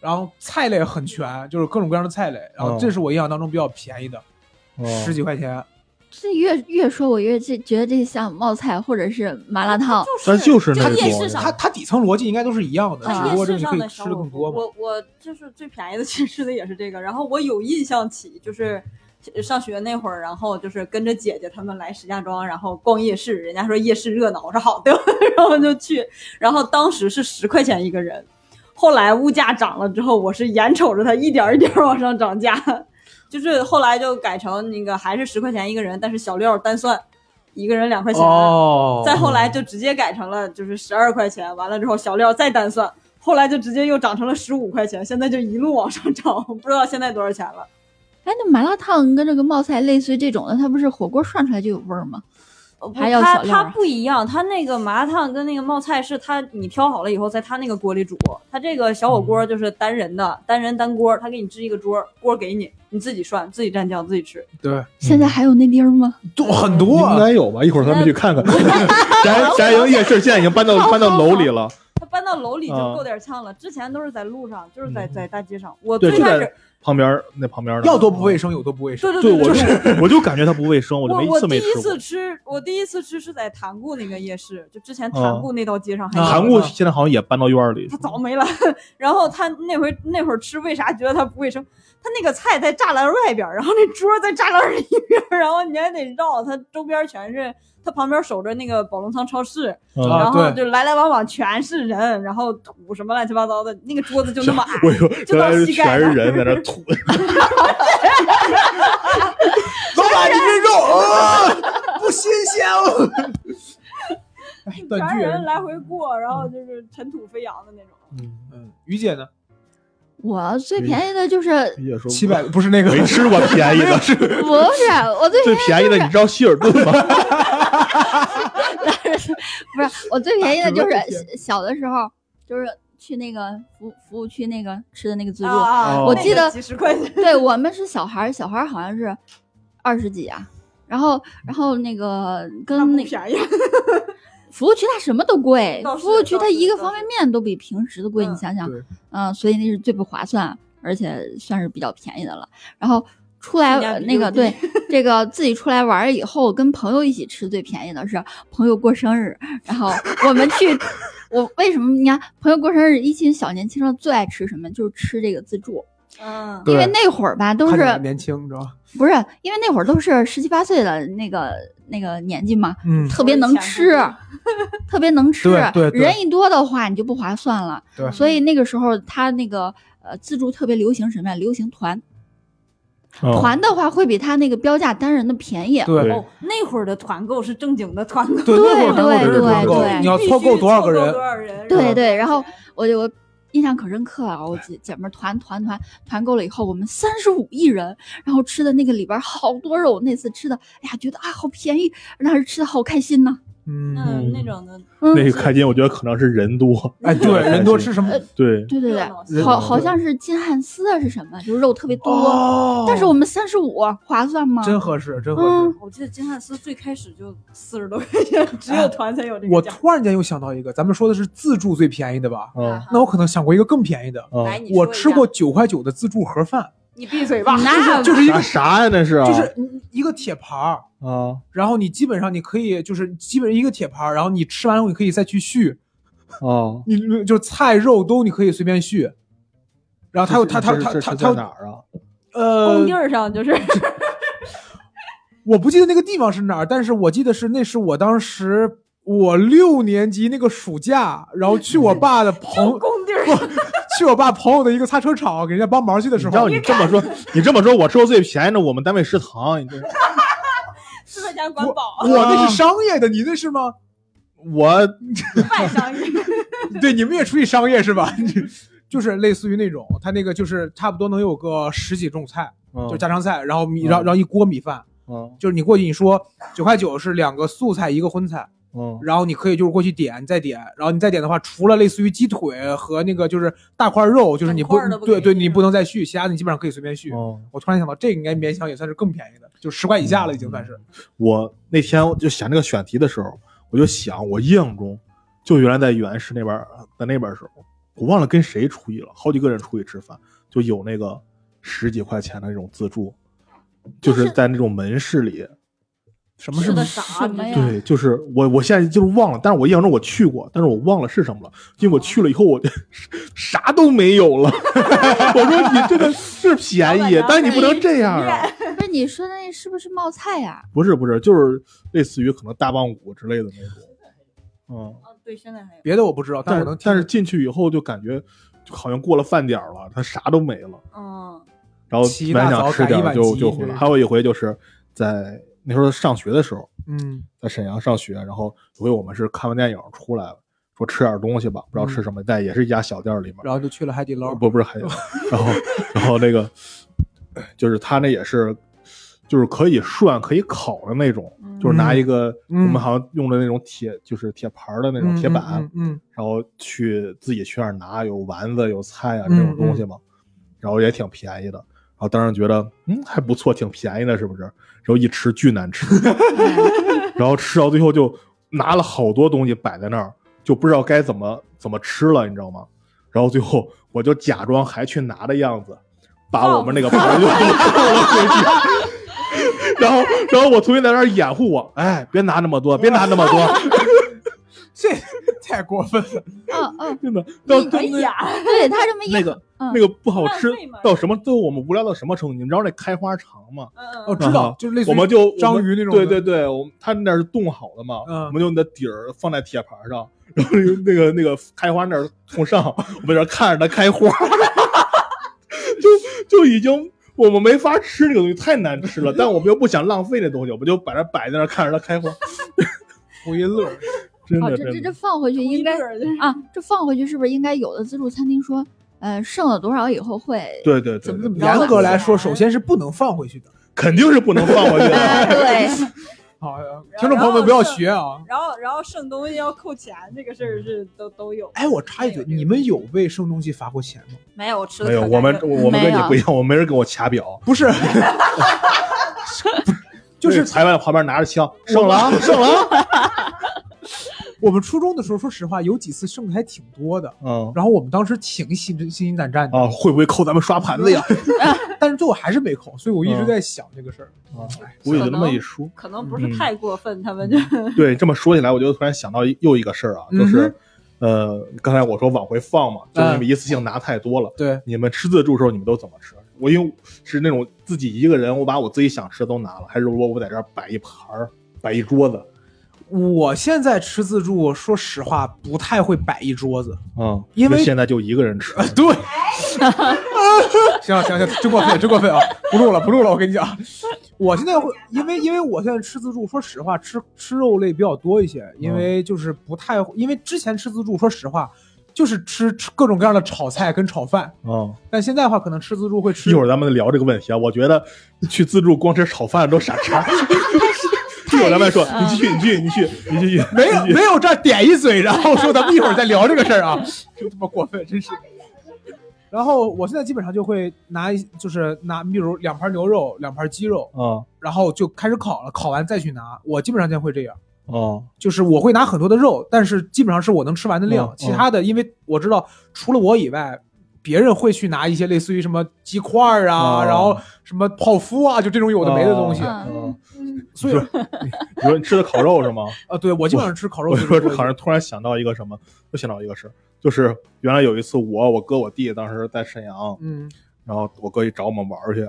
[SPEAKER 2] 然后菜类很全，就是各种各样的菜类。然后
[SPEAKER 1] 哦
[SPEAKER 2] 这是我印象当中比较便宜的，
[SPEAKER 1] 哦
[SPEAKER 2] 十几块钱。
[SPEAKER 3] <laughs> 这越越说，我越这觉得这像冒菜或者是麻辣烫。
[SPEAKER 1] 咱就是那
[SPEAKER 5] 就
[SPEAKER 1] 个
[SPEAKER 5] 夜
[SPEAKER 1] 桌子
[SPEAKER 5] 市上
[SPEAKER 2] 它它底层逻辑应该都是一样的，
[SPEAKER 3] 啊
[SPEAKER 2] 只
[SPEAKER 5] 在
[SPEAKER 2] 不过这个
[SPEAKER 5] 夜市
[SPEAKER 2] 你
[SPEAKER 5] 上
[SPEAKER 2] 可
[SPEAKER 5] 的
[SPEAKER 2] 以吃
[SPEAKER 5] 小
[SPEAKER 2] 的
[SPEAKER 5] 火
[SPEAKER 2] 更多
[SPEAKER 5] 锅，
[SPEAKER 2] 嘛。
[SPEAKER 5] 我我就是最便宜的，去吃的也是这个。然后我有印象起，就是
[SPEAKER 2] 嗯
[SPEAKER 5] 上学那会儿，然后就是跟着姐姐她们来石家庄，然后逛夜市。人家说夜市热闹，我说好的， <laughs> 然后就去。然后当时是十块钱一个人，后来物价涨了之后，我是眼瞅着它一点儿一点儿往上涨价，就是后来就改成那个还是十块钱一个人，但是小料单算，一个人两块钱。
[SPEAKER 2] 哦
[SPEAKER 5] 再后来就直接改成了就是十二块钱，完了之后小料再单算，后来就直接又涨成了十五块钱，现在就一路往上涨， <laughs> 我不知道现在多少钱了。
[SPEAKER 3] 哎，那麻辣烫跟这个冒菜类似于这种的，它不是火锅涮出来就有味儿吗？还要
[SPEAKER 5] 它
[SPEAKER 3] 小料啊
[SPEAKER 5] 它哦不一样，它那个麻辣烫跟那个冒菜是它你挑好了以后，在它那个锅里煮，它这个小火锅就是单人的，单人单锅，它给你支一个桌，锅给你，你自己涮，自己蘸酱，自己吃。
[SPEAKER 2] 对，
[SPEAKER 3] 现在还有那地儿吗？
[SPEAKER 2] 都很
[SPEAKER 1] 应
[SPEAKER 2] 多。
[SPEAKER 1] 该有吧？一会儿咱们去看看。翟翟营夜市现在已经搬到搬到楼里了。
[SPEAKER 5] 它搬到楼里就
[SPEAKER 1] 啊
[SPEAKER 5] 够点呛了，之前都是在路上，就是在
[SPEAKER 2] 嗯
[SPEAKER 5] 在大街上。我
[SPEAKER 1] 对
[SPEAKER 5] 最
[SPEAKER 1] 就在
[SPEAKER 5] 开始
[SPEAKER 1] 旁边儿那旁边儿的
[SPEAKER 2] 要多不卫生有多不卫生。
[SPEAKER 5] 对
[SPEAKER 1] 对，
[SPEAKER 5] 对对，
[SPEAKER 1] 我
[SPEAKER 5] 对
[SPEAKER 1] 就我就感觉它不卫生，我就
[SPEAKER 5] 我
[SPEAKER 1] 没一
[SPEAKER 5] 我
[SPEAKER 1] 次
[SPEAKER 5] 第
[SPEAKER 1] 没吃
[SPEAKER 5] 一
[SPEAKER 1] 过
[SPEAKER 5] 次。吃，我第一次吃是在塘沽那个夜市，就之前
[SPEAKER 1] 啊
[SPEAKER 5] 塘沽那条街上还有。
[SPEAKER 1] 韩国现在好像也搬到院儿里
[SPEAKER 5] 他。早没了， <laughs> 然后他那回那会儿吃，为啥觉得它不卫生？他那个菜在栅栏外边儿，然后那桌在栅栏里边儿，然后你还得绕，它周边全是，它旁边守着那个宝龙仓超市，
[SPEAKER 2] 啊
[SPEAKER 1] 啊，，
[SPEAKER 5] 然后
[SPEAKER 2] 对
[SPEAKER 5] 就来来往往全是人，然后土什么乱七八糟的，那个桌子就那么矮
[SPEAKER 1] <laughs> 我以为
[SPEAKER 5] 就
[SPEAKER 1] 原
[SPEAKER 5] 到
[SPEAKER 1] 来是
[SPEAKER 5] 膝盖
[SPEAKER 1] 全是
[SPEAKER 5] 了
[SPEAKER 1] 人在
[SPEAKER 5] <laughs>
[SPEAKER 1] 那吐。 <laughs>
[SPEAKER 2] 老板，你这肉
[SPEAKER 5] <laughs>
[SPEAKER 2] 啊，不新鲜哦。哎，断
[SPEAKER 5] 全
[SPEAKER 2] 句
[SPEAKER 5] 是人来回过，然后就是尘土飞扬的那种。
[SPEAKER 2] 嗯，于姐呢？
[SPEAKER 3] 我最便宜的就是
[SPEAKER 1] 也说
[SPEAKER 2] 七百不是那个，
[SPEAKER 1] 没吃过便宜 <laughs> 的，
[SPEAKER 3] 不是我最
[SPEAKER 1] 最便宜的你知道希尔顿
[SPEAKER 5] <laughs>
[SPEAKER 1] 吗？
[SPEAKER 3] 不是我最便宜的就
[SPEAKER 2] 哎呦我的
[SPEAKER 3] 是小的时候，就是去那个服服务区那个吃的那个自助，
[SPEAKER 5] 啊，
[SPEAKER 1] 我
[SPEAKER 3] 记得
[SPEAKER 5] 几十块钱，
[SPEAKER 3] <laughs> 对我们是小孩儿，小孩儿好像是二十几啊，然后然后那个
[SPEAKER 5] 那
[SPEAKER 3] 跟
[SPEAKER 5] 不
[SPEAKER 3] 那
[SPEAKER 5] 便宜。
[SPEAKER 3] 服务区它什么都贵
[SPEAKER 5] 倒，是
[SPEAKER 3] 服务区
[SPEAKER 5] 倒
[SPEAKER 3] 它
[SPEAKER 5] 是
[SPEAKER 3] 一个
[SPEAKER 5] 倒
[SPEAKER 3] 方
[SPEAKER 5] 是
[SPEAKER 3] 便面都比平时的贵，你
[SPEAKER 5] 嗯
[SPEAKER 3] 想想
[SPEAKER 2] 对，
[SPEAKER 3] 嗯，所以那是最不划算，而且算是比较便宜的了。然后出来
[SPEAKER 5] 性价
[SPEAKER 3] 呃
[SPEAKER 5] 比
[SPEAKER 3] 那
[SPEAKER 5] 又
[SPEAKER 3] 个
[SPEAKER 5] 低
[SPEAKER 3] 对这个自己出来玩儿以后，跟朋友一起吃最便宜的是朋友过生日，然后我们去。 <laughs> 我为什么你看朋友过生日，一群小年轻人最爱吃什么？就是吃这个自助，
[SPEAKER 5] 嗯，
[SPEAKER 3] 因为那会儿吧，都
[SPEAKER 2] 看
[SPEAKER 3] 是
[SPEAKER 2] 着年轻，你知道吧？
[SPEAKER 3] 不是，因为那会儿都是十七八岁的那个那个年纪嘛，
[SPEAKER 2] 嗯，
[SPEAKER 3] 特别能吃
[SPEAKER 5] 我以前不，
[SPEAKER 3] 特别能吃。
[SPEAKER 2] 对对对嗯
[SPEAKER 3] 人一多的话，你就不划算了。
[SPEAKER 2] 对
[SPEAKER 3] 所以那个时候，他那个呃自助特别流行什么呀？流行团，
[SPEAKER 1] 嗯
[SPEAKER 3] 团的话会比他那个标价单人的便宜。
[SPEAKER 2] 哦对
[SPEAKER 1] 对
[SPEAKER 5] 哦，那会儿的团购是正经的团购，
[SPEAKER 2] 对，那会儿
[SPEAKER 3] 对
[SPEAKER 2] 那会儿是团
[SPEAKER 3] 对
[SPEAKER 2] 购
[SPEAKER 3] 对
[SPEAKER 2] 你要凑够多少个人？
[SPEAKER 5] 人？
[SPEAKER 3] 对对然后我就我印象可深刻了。我姐姐妹儿团团团团购了以后，我们三十五亿人，然后吃的那个里边儿好多肉，那次吃的，哎呀，觉得啊好便宜，那是吃的好开心呐。
[SPEAKER 5] 那
[SPEAKER 2] 嗯，
[SPEAKER 5] 那种的
[SPEAKER 3] 嗯，
[SPEAKER 1] 那个开心，我觉得可能是人多，
[SPEAKER 2] 哎，对，人多吃什么？
[SPEAKER 3] 呃
[SPEAKER 1] 对，
[SPEAKER 3] 对对
[SPEAKER 5] 热
[SPEAKER 3] 对，
[SPEAKER 5] 闹
[SPEAKER 2] 人
[SPEAKER 3] 好
[SPEAKER 2] 多
[SPEAKER 3] 好像是金汉斯啊是什么，就是肉特别多，
[SPEAKER 2] 哦
[SPEAKER 3] 但是我们三十五啊划算吗？
[SPEAKER 2] 真合适，真合
[SPEAKER 3] 嗯
[SPEAKER 2] 适。
[SPEAKER 5] 我记得金汉斯最开始就四十多块
[SPEAKER 2] <laughs>
[SPEAKER 5] 钱，只有团才有这
[SPEAKER 2] 我
[SPEAKER 5] 个价。
[SPEAKER 2] 突然间又想到一个，咱们说的是自助最便宜的吧？
[SPEAKER 1] 啊
[SPEAKER 2] 那我可能想过一个更便宜的。
[SPEAKER 1] 啊，
[SPEAKER 5] 来，你说
[SPEAKER 2] 呃我
[SPEAKER 5] 一
[SPEAKER 2] 吃
[SPEAKER 5] 下
[SPEAKER 2] 过，九块九的自助盒饭，
[SPEAKER 5] 你闭嘴吧。
[SPEAKER 3] 那
[SPEAKER 2] 就是一
[SPEAKER 1] 啥
[SPEAKER 2] 个
[SPEAKER 1] 啥呀？那是啊
[SPEAKER 2] 就是一个铁盘儿，
[SPEAKER 1] 啊
[SPEAKER 2] 然后你基本上你可以就是基本上一个铁盘儿，然后你吃完后你可以再去续，
[SPEAKER 1] 啊，
[SPEAKER 2] 你嗯就是菜肉都你可以随便续。然后啊它有它它
[SPEAKER 1] 这是
[SPEAKER 2] 它它
[SPEAKER 1] 这是
[SPEAKER 2] 它
[SPEAKER 1] 在
[SPEAKER 2] 有
[SPEAKER 1] 哪儿啊？
[SPEAKER 2] 呃
[SPEAKER 5] 工地，儿上就是 <laughs>
[SPEAKER 2] 我不记得那个地方是哪儿，但是我记得是那是我当时我六年级那个暑假，然后去我爸的朋友
[SPEAKER 5] 工地儿上，
[SPEAKER 2] 去我爸朋友的一个擦车厂给人家帮忙去的时
[SPEAKER 1] 你
[SPEAKER 2] 候
[SPEAKER 1] 照，你这么说，你这么说，我吃过最便宜的我们单位食堂，你这
[SPEAKER 5] 四块钱管饱
[SPEAKER 2] 我，那是商业的，你那是吗？嗯
[SPEAKER 1] 我
[SPEAKER 5] 外商业。
[SPEAKER 2] 对，你们也出去商业是吧？ <laughs> 就是类似于那种，他那个就是差不多能有个十几种菜，就家常菜，然后米，
[SPEAKER 1] 嗯
[SPEAKER 2] 然后然后一锅米饭，
[SPEAKER 1] 嗯
[SPEAKER 2] 就是你过去你说九块九是两个素菜一个荤菜，
[SPEAKER 1] 嗯
[SPEAKER 2] 然后你可以就是过去点，你再点，然后你再点的话，除了类似于鸡腿和那个就是大块肉，就是你不
[SPEAKER 5] 整块儿的不
[SPEAKER 2] 对
[SPEAKER 5] 给
[SPEAKER 2] 对，
[SPEAKER 5] 你
[SPEAKER 2] 你不能再续，其他的你基本上可以随便续。
[SPEAKER 1] 嗯，
[SPEAKER 2] 我突然想到，这个应该勉强也算是更便宜的，就十块以下了，已经算
[SPEAKER 1] 嗯
[SPEAKER 2] 是。
[SPEAKER 1] 我那天我就想这个选题的时候，我就想，我印象中就原来在原石那边儿，在那边儿的时候，我忘了跟谁出去了，好几个人出去吃饭，就有那个十几块钱的那种自助，就是哎在那种门市里，
[SPEAKER 2] 什
[SPEAKER 5] 吃的啊
[SPEAKER 3] 什
[SPEAKER 5] 啥
[SPEAKER 3] 么呀
[SPEAKER 1] 对，就是我我现在就是忘了，但是我印象中我去过，但是我忘了是什么了，因为我去了以后我就 <laughs> 啥都没有了。 <laughs> 我说你这个是便宜，但是你不能这样啊！
[SPEAKER 3] 不是你说的 <laughs> 那是不是冒菜呀、
[SPEAKER 1] 不是不是，就是类似于可能大棒骨之类的那种，嗯，
[SPEAKER 5] 哦，对，现在还有。
[SPEAKER 2] 别的我不知道，但我
[SPEAKER 1] 但
[SPEAKER 2] 能
[SPEAKER 1] 是
[SPEAKER 2] 听
[SPEAKER 1] 但是进去以后就感觉就好像过了饭点儿了，他啥都没了，
[SPEAKER 5] 嗯，
[SPEAKER 1] 然后
[SPEAKER 2] 起一
[SPEAKER 1] 本
[SPEAKER 2] 大
[SPEAKER 1] 想
[SPEAKER 2] 早
[SPEAKER 1] 吃
[SPEAKER 2] 赶一
[SPEAKER 1] 点儿
[SPEAKER 2] 晚
[SPEAKER 1] 就
[SPEAKER 2] 集
[SPEAKER 1] 就回
[SPEAKER 2] 这
[SPEAKER 1] 来。
[SPEAKER 2] 是
[SPEAKER 1] 还有一回就是在那时候上学的时候，
[SPEAKER 2] 嗯
[SPEAKER 1] 在沈阳上学，然后有回我们是看完电影出来了，说吃点东西吧，不知
[SPEAKER 2] 嗯
[SPEAKER 1] 道吃什么，但也是一家小店里面，
[SPEAKER 2] 然后就去了海底捞。
[SPEAKER 1] 不不是还有，然后然后那个就是他那也是就是可以涮可以烤的那种，就是拿一个、
[SPEAKER 2] 嗯
[SPEAKER 1] 我们好像用的那种铁就是铁盘儿的那种
[SPEAKER 2] 嗯
[SPEAKER 1] 铁板，
[SPEAKER 2] 嗯嗯 <laughs>
[SPEAKER 1] 然后去自己去那儿拿有丸子有菜啊
[SPEAKER 2] 嗯
[SPEAKER 1] 这种东西嘛，然后也挺便宜的。然后当时觉得，嗯，还不错，挺便宜的，是不是？然后一吃巨
[SPEAKER 2] <laughs>
[SPEAKER 1] 难吃，然后吃到最后就拿了好多东西摆在那儿，就不知道该怎么怎么吃了，你知道吗？然后最后我就假装还去拿的样子，把我们那个盘就都扣了回去。
[SPEAKER 2] <laughs>
[SPEAKER 1] 然后，然后我同学在那儿掩护我，哎，别拿那么多，别拿那么多，
[SPEAKER 2] 嗯，这太过分了。
[SPEAKER 3] 哦哦，
[SPEAKER 1] 真的。到
[SPEAKER 5] 哎
[SPEAKER 1] 那
[SPEAKER 5] 呀，
[SPEAKER 3] 对他这么一
[SPEAKER 1] 那个
[SPEAKER 3] 嗯
[SPEAKER 1] 那个不好吃
[SPEAKER 5] 浪费嘛
[SPEAKER 1] 到什么？最后我们无聊到什么程度？你们知道那开花肠吗？
[SPEAKER 5] 嗯嗯
[SPEAKER 2] 哦，
[SPEAKER 5] 嗯
[SPEAKER 2] 知道，就是类似于
[SPEAKER 1] 啊我们就
[SPEAKER 2] 章
[SPEAKER 1] 我们
[SPEAKER 2] 鱼那种
[SPEAKER 1] 对
[SPEAKER 2] 的
[SPEAKER 1] 对对，我们他那儿是冻好的嘛，
[SPEAKER 2] 嗯
[SPEAKER 1] 我们就那底儿放在铁盘上，然后那个那个那个开花那儿冲上，我们在这看着它开花， <laughs> 就就已经。我们没法吃这个东西，太难吃了。但我们又不想浪费那东西，我们就把它摆在那儿，看着它开花。
[SPEAKER 2] 图一乐。
[SPEAKER 5] 嗯
[SPEAKER 1] 真
[SPEAKER 3] 哦，
[SPEAKER 1] 的，
[SPEAKER 3] 这这
[SPEAKER 1] 真
[SPEAKER 3] 这
[SPEAKER 1] 的，
[SPEAKER 3] 放回去应该
[SPEAKER 5] 同一个人就是
[SPEAKER 3] 啊，这放回去是不是应该有的自助餐厅说，呃，剩了多少以后会
[SPEAKER 1] 对对对
[SPEAKER 3] 怎么
[SPEAKER 1] 对
[SPEAKER 3] 怎么着？啊
[SPEAKER 2] 严格来说，首先是不能放回去的。
[SPEAKER 1] 肯定是不能放回去
[SPEAKER 3] <laughs>
[SPEAKER 1] 的。
[SPEAKER 3] 呃 <laughs> 对，
[SPEAKER 2] 好，听众朋友们不要学啊。
[SPEAKER 5] <laughs> 然后然后剩东西要扣钱，这个事儿是都都有。
[SPEAKER 2] 哎，我插一嘴，你们有为剩东西罚过钱吗？
[SPEAKER 5] 没有，我吃的
[SPEAKER 1] 没有，
[SPEAKER 5] 可
[SPEAKER 1] 我
[SPEAKER 5] 干
[SPEAKER 1] 们
[SPEAKER 5] 净
[SPEAKER 1] 我们跟
[SPEAKER 3] 没
[SPEAKER 1] 你
[SPEAKER 3] 有
[SPEAKER 1] 不一样，我没人跟我掐表。
[SPEAKER 2] 不 <laughs> 是，就是
[SPEAKER 1] 裁判旁边拿着枪，上
[SPEAKER 2] <laughs>
[SPEAKER 1] 了啊，上了啊。
[SPEAKER 2] 我们初中的时候，说实话，有几次剩的还挺多的。
[SPEAKER 1] 嗯
[SPEAKER 2] 然后我们当时挺心心惊胆战的，
[SPEAKER 1] 啊，会不会扣咱们刷盘子呀？
[SPEAKER 2] 但是最后还是没扣，所以我一直在想这个事儿。
[SPEAKER 1] 啊
[SPEAKER 2] 哎
[SPEAKER 1] 我也就那么一说。
[SPEAKER 5] 可能不是
[SPEAKER 2] 嗯
[SPEAKER 5] 太过分，他们就
[SPEAKER 1] <laughs> 对，这么说起来，我就突然想到一又一个事儿啊，就是，
[SPEAKER 2] 嗯
[SPEAKER 1] 呃，刚才我说往回放嘛，就是你们一次性拿太多了。
[SPEAKER 2] 对，
[SPEAKER 1] 你们吃自助的时候，你们都怎么吃？我因为是那种自己一个人，我把我自己想吃的都拿了，还是我我在这儿摆一盘儿，摆一桌子？
[SPEAKER 2] 我现在吃自助，说实话不太会摆一桌子。
[SPEAKER 1] 嗯，
[SPEAKER 2] 因为
[SPEAKER 1] 现在就一个
[SPEAKER 2] <laughs>
[SPEAKER 1] 人吃。
[SPEAKER 2] 对，行了行了行了，真过分真过分啊！不录了不录了，我跟你讲，我现在会因为因为我现在吃自助，说实话吃吃肉类比较多一些，因为就是不太因为之前吃自助，说实话就是吃吃各种各样的炒菜跟炒饭。
[SPEAKER 1] 嗯，
[SPEAKER 2] 但现在的话，可能吃自助会吃
[SPEAKER 1] 一会儿咱们聊这个问题啊。我觉得去自助光吃炒饭都傻
[SPEAKER 2] <laughs>
[SPEAKER 1] 叉。一会儿咱们说，你继续，你继续，你继续，你继续。
[SPEAKER 2] <laughs> 没有没有这儿点一嘴， <laughs> 然后说咱们一会儿再聊这个事儿啊，真他妈过分，真是。然后我现在基本上就会拿一，就是拿，比如两盘牛肉，两盘鸡肉，
[SPEAKER 1] 嗯
[SPEAKER 2] 然后就开始烤了，烤完再去拿。我基本上就会这样，
[SPEAKER 1] 嗯
[SPEAKER 2] 就是我会拿很多的肉，但是基本上是我能吃完的量，
[SPEAKER 1] 嗯嗯
[SPEAKER 2] 其他的因为我知道除了我以外。别人会去拿一些类似于什么鸡块儿啊，
[SPEAKER 1] 哦
[SPEAKER 2] 然后什么泡芙啊，就这种有的没的东西。
[SPEAKER 3] 哦
[SPEAKER 1] 嗯
[SPEAKER 2] 所以，
[SPEAKER 1] <laughs> 你说你吃的烤肉是吗？
[SPEAKER 2] 呃，对 <laughs> 我基本上吃烤肉
[SPEAKER 1] 我
[SPEAKER 2] 自助
[SPEAKER 1] 说
[SPEAKER 2] 多一点。
[SPEAKER 1] 这好像突然想到一个什么，又想到一个事儿，就是原来有一次我我哥我弟当时在沈阳，
[SPEAKER 2] 嗯
[SPEAKER 1] 然后我哥去找我们玩儿去，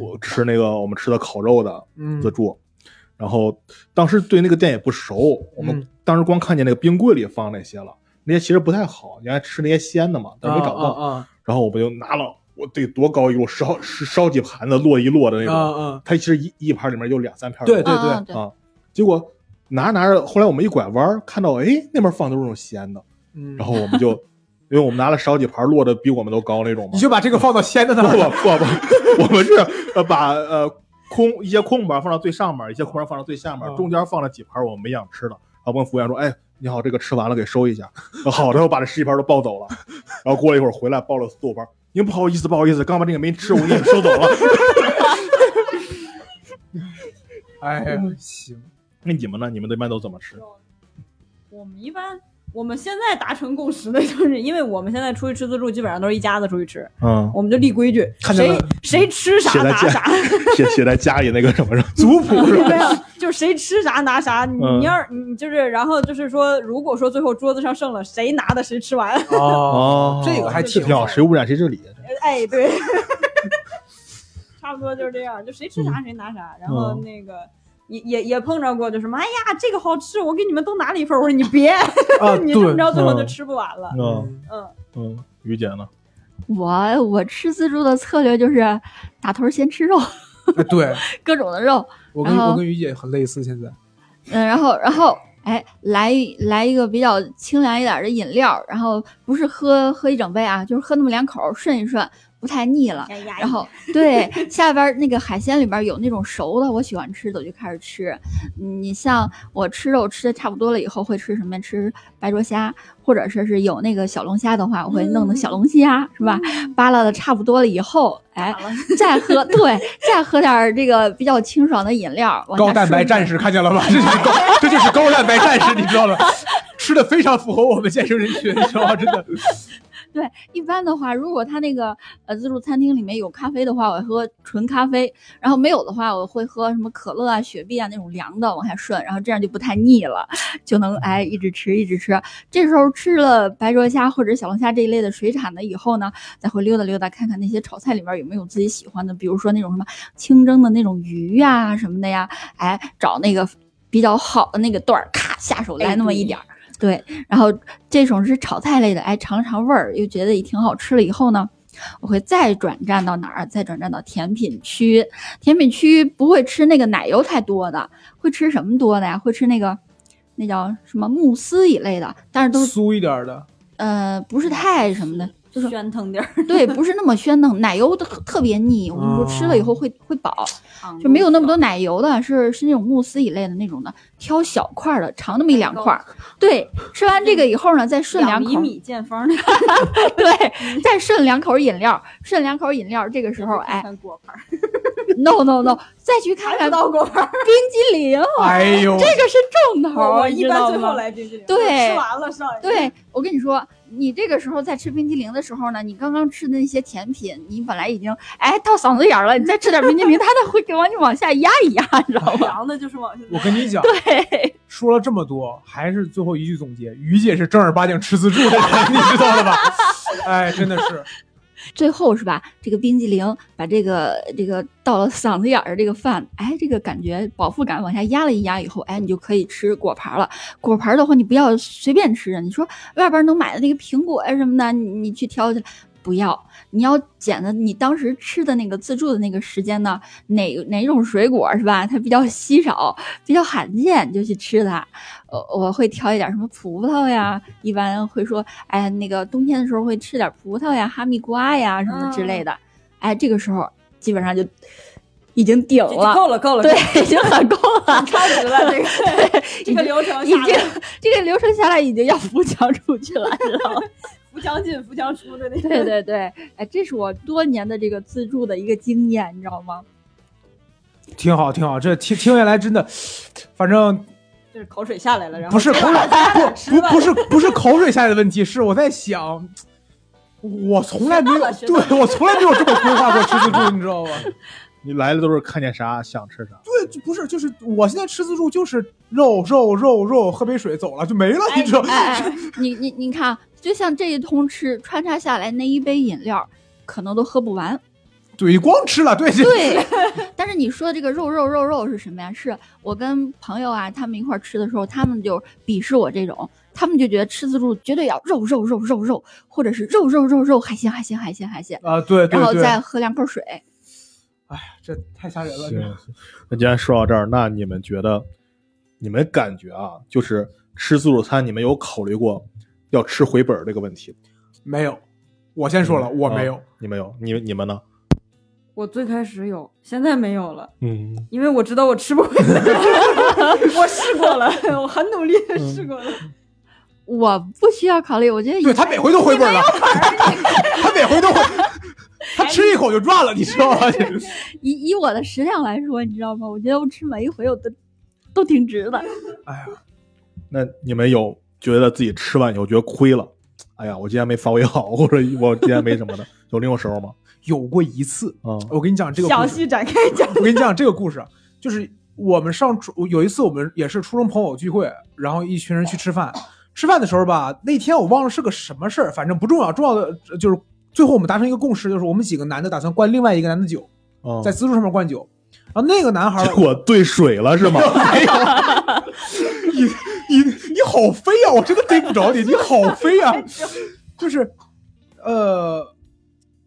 [SPEAKER 1] 我吃那个我们吃的烤肉的
[SPEAKER 2] 嗯
[SPEAKER 1] 自助，然后当时对那个店也不熟，我们
[SPEAKER 2] 嗯
[SPEAKER 1] 当时光看见那个冰柜里放那些了，那些其实不太好，你还吃那些鲜的嘛，但是没找到，
[SPEAKER 2] 啊啊
[SPEAKER 1] 然后我们就拿了我得多高一摞烧烧几盘子摞一摞的那
[SPEAKER 2] 啊
[SPEAKER 1] 种，
[SPEAKER 2] 啊！
[SPEAKER 1] 它其实一一盘里面有两三片儿
[SPEAKER 2] 对
[SPEAKER 1] 肉
[SPEAKER 2] 对对
[SPEAKER 3] 啊对
[SPEAKER 1] 啊，结果拿着拿着，后来我们一拐弯儿，看到哎那边放的都是那种咸的，
[SPEAKER 2] 嗯，
[SPEAKER 1] 然后我们
[SPEAKER 2] <laughs>
[SPEAKER 1] 就，因为我们拿了少几盘儿，落的比我们都高那种嘛
[SPEAKER 2] 你。就把这个放到鲜的那
[SPEAKER 1] 不 <laughs>
[SPEAKER 2] 儿吧。
[SPEAKER 1] 不不不，我们是呃把呃空一些空盘儿放到最上面儿，一些空盘儿放到最下面儿，
[SPEAKER 2] 嗯
[SPEAKER 1] 中间儿放了几盘儿我们没想吃的，然后问服务员说：“哎，你好，这个吃完了给收一下。”呃好的，我把这十几盘儿都抱走了。然后过了一会儿回来抱了四五盘儿，您不好意思不好意思，刚把这个没吃，我给你们收走了。 <laughs>
[SPEAKER 2] 哎，行，
[SPEAKER 1] 那你们呢？你们一般都怎么吃？
[SPEAKER 5] <laughs> 我们一般我们现在达成共识的就是，因为我们现在出去吃自助，基本上都是一家子出去吃，
[SPEAKER 1] 嗯，
[SPEAKER 5] 我们就立规矩，
[SPEAKER 2] 看见
[SPEAKER 5] 谁
[SPEAKER 2] 了
[SPEAKER 5] 谁吃啥
[SPEAKER 1] 写在
[SPEAKER 5] 拿
[SPEAKER 1] 家
[SPEAKER 5] 啥， <laughs>
[SPEAKER 1] 写写在家里那个什么上，族谱是
[SPEAKER 2] <laughs> 哦
[SPEAKER 1] 吧？
[SPEAKER 5] 没有，就是谁吃啥拿啥。你
[SPEAKER 1] 嗯
[SPEAKER 5] 你要是你就是，然后就是说，如果说最后桌子上剩了，谁拿的谁吃完。
[SPEAKER 1] <laughs>
[SPEAKER 2] 哦这个还
[SPEAKER 1] 是
[SPEAKER 2] 挺
[SPEAKER 1] 挺好，谁污染谁治理。
[SPEAKER 5] 哎，对， <laughs> 差不多就是这样，就谁吃
[SPEAKER 2] 嗯
[SPEAKER 5] 啥谁拿啥。然后那个也也也碰着过，就什么，哎呀，这个好吃，我给你们都拿了一份儿。我说你别，
[SPEAKER 3] <laughs>
[SPEAKER 2] 啊，
[SPEAKER 5] <laughs> 你这么
[SPEAKER 2] 对，
[SPEAKER 5] 着最后就
[SPEAKER 1] 嗯
[SPEAKER 5] 吃不完了。
[SPEAKER 1] 嗯
[SPEAKER 5] 嗯，
[SPEAKER 1] 嗯，于姐呢？
[SPEAKER 3] 我我吃自助的策略就是打头儿先吃肉，
[SPEAKER 2] 哎对
[SPEAKER 3] 各种的肉，
[SPEAKER 2] 我跟
[SPEAKER 3] 然后
[SPEAKER 2] 我跟于姐很类似，现在
[SPEAKER 3] 嗯，然后然后哎，来一来一个比较清凉一点儿的饮料，然后不是喝喝一整杯啊，就是喝那么两口儿顺一顺，不太腻了。
[SPEAKER 5] 哎呀，
[SPEAKER 3] 然后对下边儿那个海鲜里边儿有那种熟的，我喜欢吃的，我就开始吃。嗯你像我吃肉吃的差不多了以后，会吃什么呀？吃白灼虾，或者说是有那个小龙虾的话，我会弄的
[SPEAKER 5] 嗯
[SPEAKER 3] 小龙虾，是吧？扒拉的差不多了以后，哎，再喝对，再喝点儿这个比较清爽的饮料。往
[SPEAKER 2] 高
[SPEAKER 3] 下
[SPEAKER 2] 蛋白
[SPEAKER 3] 顺
[SPEAKER 2] 战士看见了吧？这就是高，
[SPEAKER 3] <laughs>
[SPEAKER 2] 这就是高蛋白战士，你知道吗？吃的非常符合我们健身人群，你知道吗？真的，
[SPEAKER 3] 对，一般的话，如果他那个呃自助餐厅里面有咖啡的话，我喝纯咖啡；然后没有的话，我会喝什么可乐啊、雪碧啊那种凉的往下顺，然后这样就不太腻了，就能哎一直吃一直吃。这时候吃了白灼虾或者小龙虾这一类的水产的以后呢，再会溜达溜达，看看那些炒菜里面有没有自己喜欢的，比如说那种什么清蒸的那种鱼呀、什么的呀，哎，找那个比较好的那个段儿，咔下手来那么一点儿。对，然后这种是炒菜类的，哎，尝了尝味儿，又觉得也挺好吃了。以后呢，我会再转战到哪儿？再转战到甜品区。甜品区不会吃那个奶油太多的，会吃什么多的呀？会吃那个那叫什么慕斯一类的，但是都
[SPEAKER 2] 酥一点的，
[SPEAKER 3] 呃不是太
[SPEAKER 5] <laughs>
[SPEAKER 3] 什么的，就是
[SPEAKER 5] 喧腾点儿，
[SPEAKER 3] 对，不是那么喧腾。奶油特特别腻，我跟你说吃
[SPEAKER 5] 哦
[SPEAKER 3] 了以后会会饱。就没有那么多奶油的，是是那种慕斯一类的那种的，挑小块儿的，长那么一两块儿。对，吃完这个以后呢，再顺
[SPEAKER 5] 两
[SPEAKER 3] 两口
[SPEAKER 5] 厘
[SPEAKER 3] 儿， <laughs>
[SPEAKER 5] 米见方的。
[SPEAKER 3] 对，再顺两口儿饮料，顺两口儿饮料。这个时
[SPEAKER 5] <laughs>
[SPEAKER 3] 候，哎
[SPEAKER 5] 看果盘儿，
[SPEAKER 3] ，no no no，再去看
[SPEAKER 5] 看
[SPEAKER 3] 看
[SPEAKER 5] 到果盘儿。
[SPEAKER 3] 冰激凌，
[SPEAKER 2] 哎呦，
[SPEAKER 3] 哦这个是重头
[SPEAKER 5] <laughs>
[SPEAKER 3] 儿，
[SPEAKER 5] 我我
[SPEAKER 3] 你
[SPEAKER 5] 哦一
[SPEAKER 3] 知
[SPEAKER 5] 般
[SPEAKER 3] 道
[SPEAKER 5] 最
[SPEAKER 3] 吗
[SPEAKER 5] 后。来冰激凌，
[SPEAKER 3] 对
[SPEAKER 5] 吃完了上一个。
[SPEAKER 3] 对，我跟你说，你这个时候在吃冰激凌的时候呢，你刚刚吃的那些甜品，你本来已经哎到嗓子眼儿了，你再吃点冰激凌，它都会给往你往下压一压，你知道吗？ <laughs>
[SPEAKER 5] 凉的就是往下。
[SPEAKER 2] 我跟你讲，
[SPEAKER 3] 对，
[SPEAKER 2] 说了这么多，还是最后一句总结，于姐是正儿八经吃自助的人，你知道了吧？ <laughs> 哎，真的是，
[SPEAKER 3] 最后是吧？这个冰激凌把这个这个到了嗓子眼儿的这个饭，哎，这个感觉饱腹感往下压了一压以后，哎，你就可以吃果盘了。果盘啊的话，你不要随便吃，你说外边能买的那个苹果呀什么的，你你去挑去。不要，你要捡的你当时吃的那个自助的那个时间呢，哪哪种水果是吧？它比较稀少，比较罕见，你就去吃它。呃，我会挑一点什么葡萄呀，一般会说，哎呀，那个冬天的时候会吃点葡萄呀、哈密瓜呀什么之类
[SPEAKER 5] 嗯
[SPEAKER 3] 的。哎，这个时候基本上就已经顶
[SPEAKER 5] 就就
[SPEAKER 3] 了，
[SPEAKER 5] 够了够了，<laughs>
[SPEAKER 3] 对，已经很够了。
[SPEAKER 5] 超值了这个 <laughs> 这个流程
[SPEAKER 3] 已
[SPEAKER 5] 下
[SPEAKER 3] 经
[SPEAKER 5] 来，
[SPEAKER 3] 这个流程下来已经要扶墙出去了，知道吗？
[SPEAKER 5] 扶墙进扶墙出的那种。
[SPEAKER 3] <laughs> 对对对，哎，这是我多年的这个自助的一个经验，你知道吗？ <laughs>
[SPEAKER 2] 挺好，挺好。这听听下来真的，反正
[SPEAKER 5] 就是口水下来了，然
[SPEAKER 2] <laughs>
[SPEAKER 5] 后
[SPEAKER 2] 不是口水，不
[SPEAKER 5] 吃
[SPEAKER 2] 不
[SPEAKER 5] 饭
[SPEAKER 2] 不是不是口水下来的问题，是我在想，我从来没有
[SPEAKER 5] 学到了学到了
[SPEAKER 2] 对我从来没有这么规划过吃自助，你知道吗？
[SPEAKER 1] 你来了都是看见啥想吃啥，
[SPEAKER 2] <laughs> 对，就不是，就是我现在吃自助就是肉肉肉肉，喝杯水走了就没了，你知道？
[SPEAKER 3] 哎哎，你你你看啊，就像这一通吃穿插下来那一杯饮料，可能都喝不完。 <laughs>
[SPEAKER 2] 对，光吃了，对
[SPEAKER 3] 对，但是你说的这个肉肉肉肉是什么呀？是我跟朋友啊，他们一块儿吃的时候，他们就鄙视我这种，他们就觉得吃自助绝对要肉肉肉肉肉，或者是肉肉肉肉海鲜海鲜海鲜海鲜，
[SPEAKER 2] 啊，对对
[SPEAKER 3] 然后
[SPEAKER 2] 对，
[SPEAKER 3] 再喝两口水。
[SPEAKER 2] 这太吓人了，
[SPEAKER 1] 行
[SPEAKER 2] 这个，
[SPEAKER 1] 那既然说到这儿，那你们觉得，你们感觉啊，就是吃自助餐，你们有考虑过要吃回本儿这个问题吗？
[SPEAKER 2] 没有。我先说了，我没有
[SPEAKER 1] 啊，你们有，你你们呢？
[SPEAKER 5] 我最开始有，现在没有了，
[SPEAKER 1] 嗯，
[SPEAKER 5] 因为我知道我吃不回来。 <laughs> 我试过了，我很努力地
[SPEAKER 2] 嗯
[SPEAKER 5] 试过了。
[SPEAKER 3] 我不需要考虑，我觉得
[SPEAKER 2] 对他每回都回本了， <laughs> 他每回都回，他吃一口就赚了，你知道吗？
[SPEAKER 3] 以以我的食量来说，你知道吗？我觉得我吃每一回我都都挺值的。
[SPEAKER 2] 哎呀，
[SPEAKER 1] 那你们有觉得自己吃完以后觉得亏了？哎呀，我今天没发挥好，或者我今天没什么的，有那种时候吗？
[SPEAKER 2] 有过一次，
[SPEAKER 1] 啊、
[SPEAKER 2] 我跟你讲这个故
[SPEAKER 5] 详
[SPEAKER 2] 事，
[SPEAKER 5] 细展开讲，
[SPEAKER 2] 我跟你讲这个故事，啊就是我们上初有一次我们也是初中朋友聚会，然后一群人去吃饭，吃饭的时候吧，那天我忘了是个什么事儿，反正不重要，重要的呃就是最后我们达成一个共识，就是我们几个男的打算灌另外一个男的酒，
[SPEAKER 1] 嗯，
[SPEAKER 2] 在自助上面灌酒，然后那个男孩儿
[SPEAKER 1] 结果兑水了是吗？
[SPEAKER 2] 你你你好飞呀、我真的逮不着你，你好飞呀、 <laughs> 就是，呃，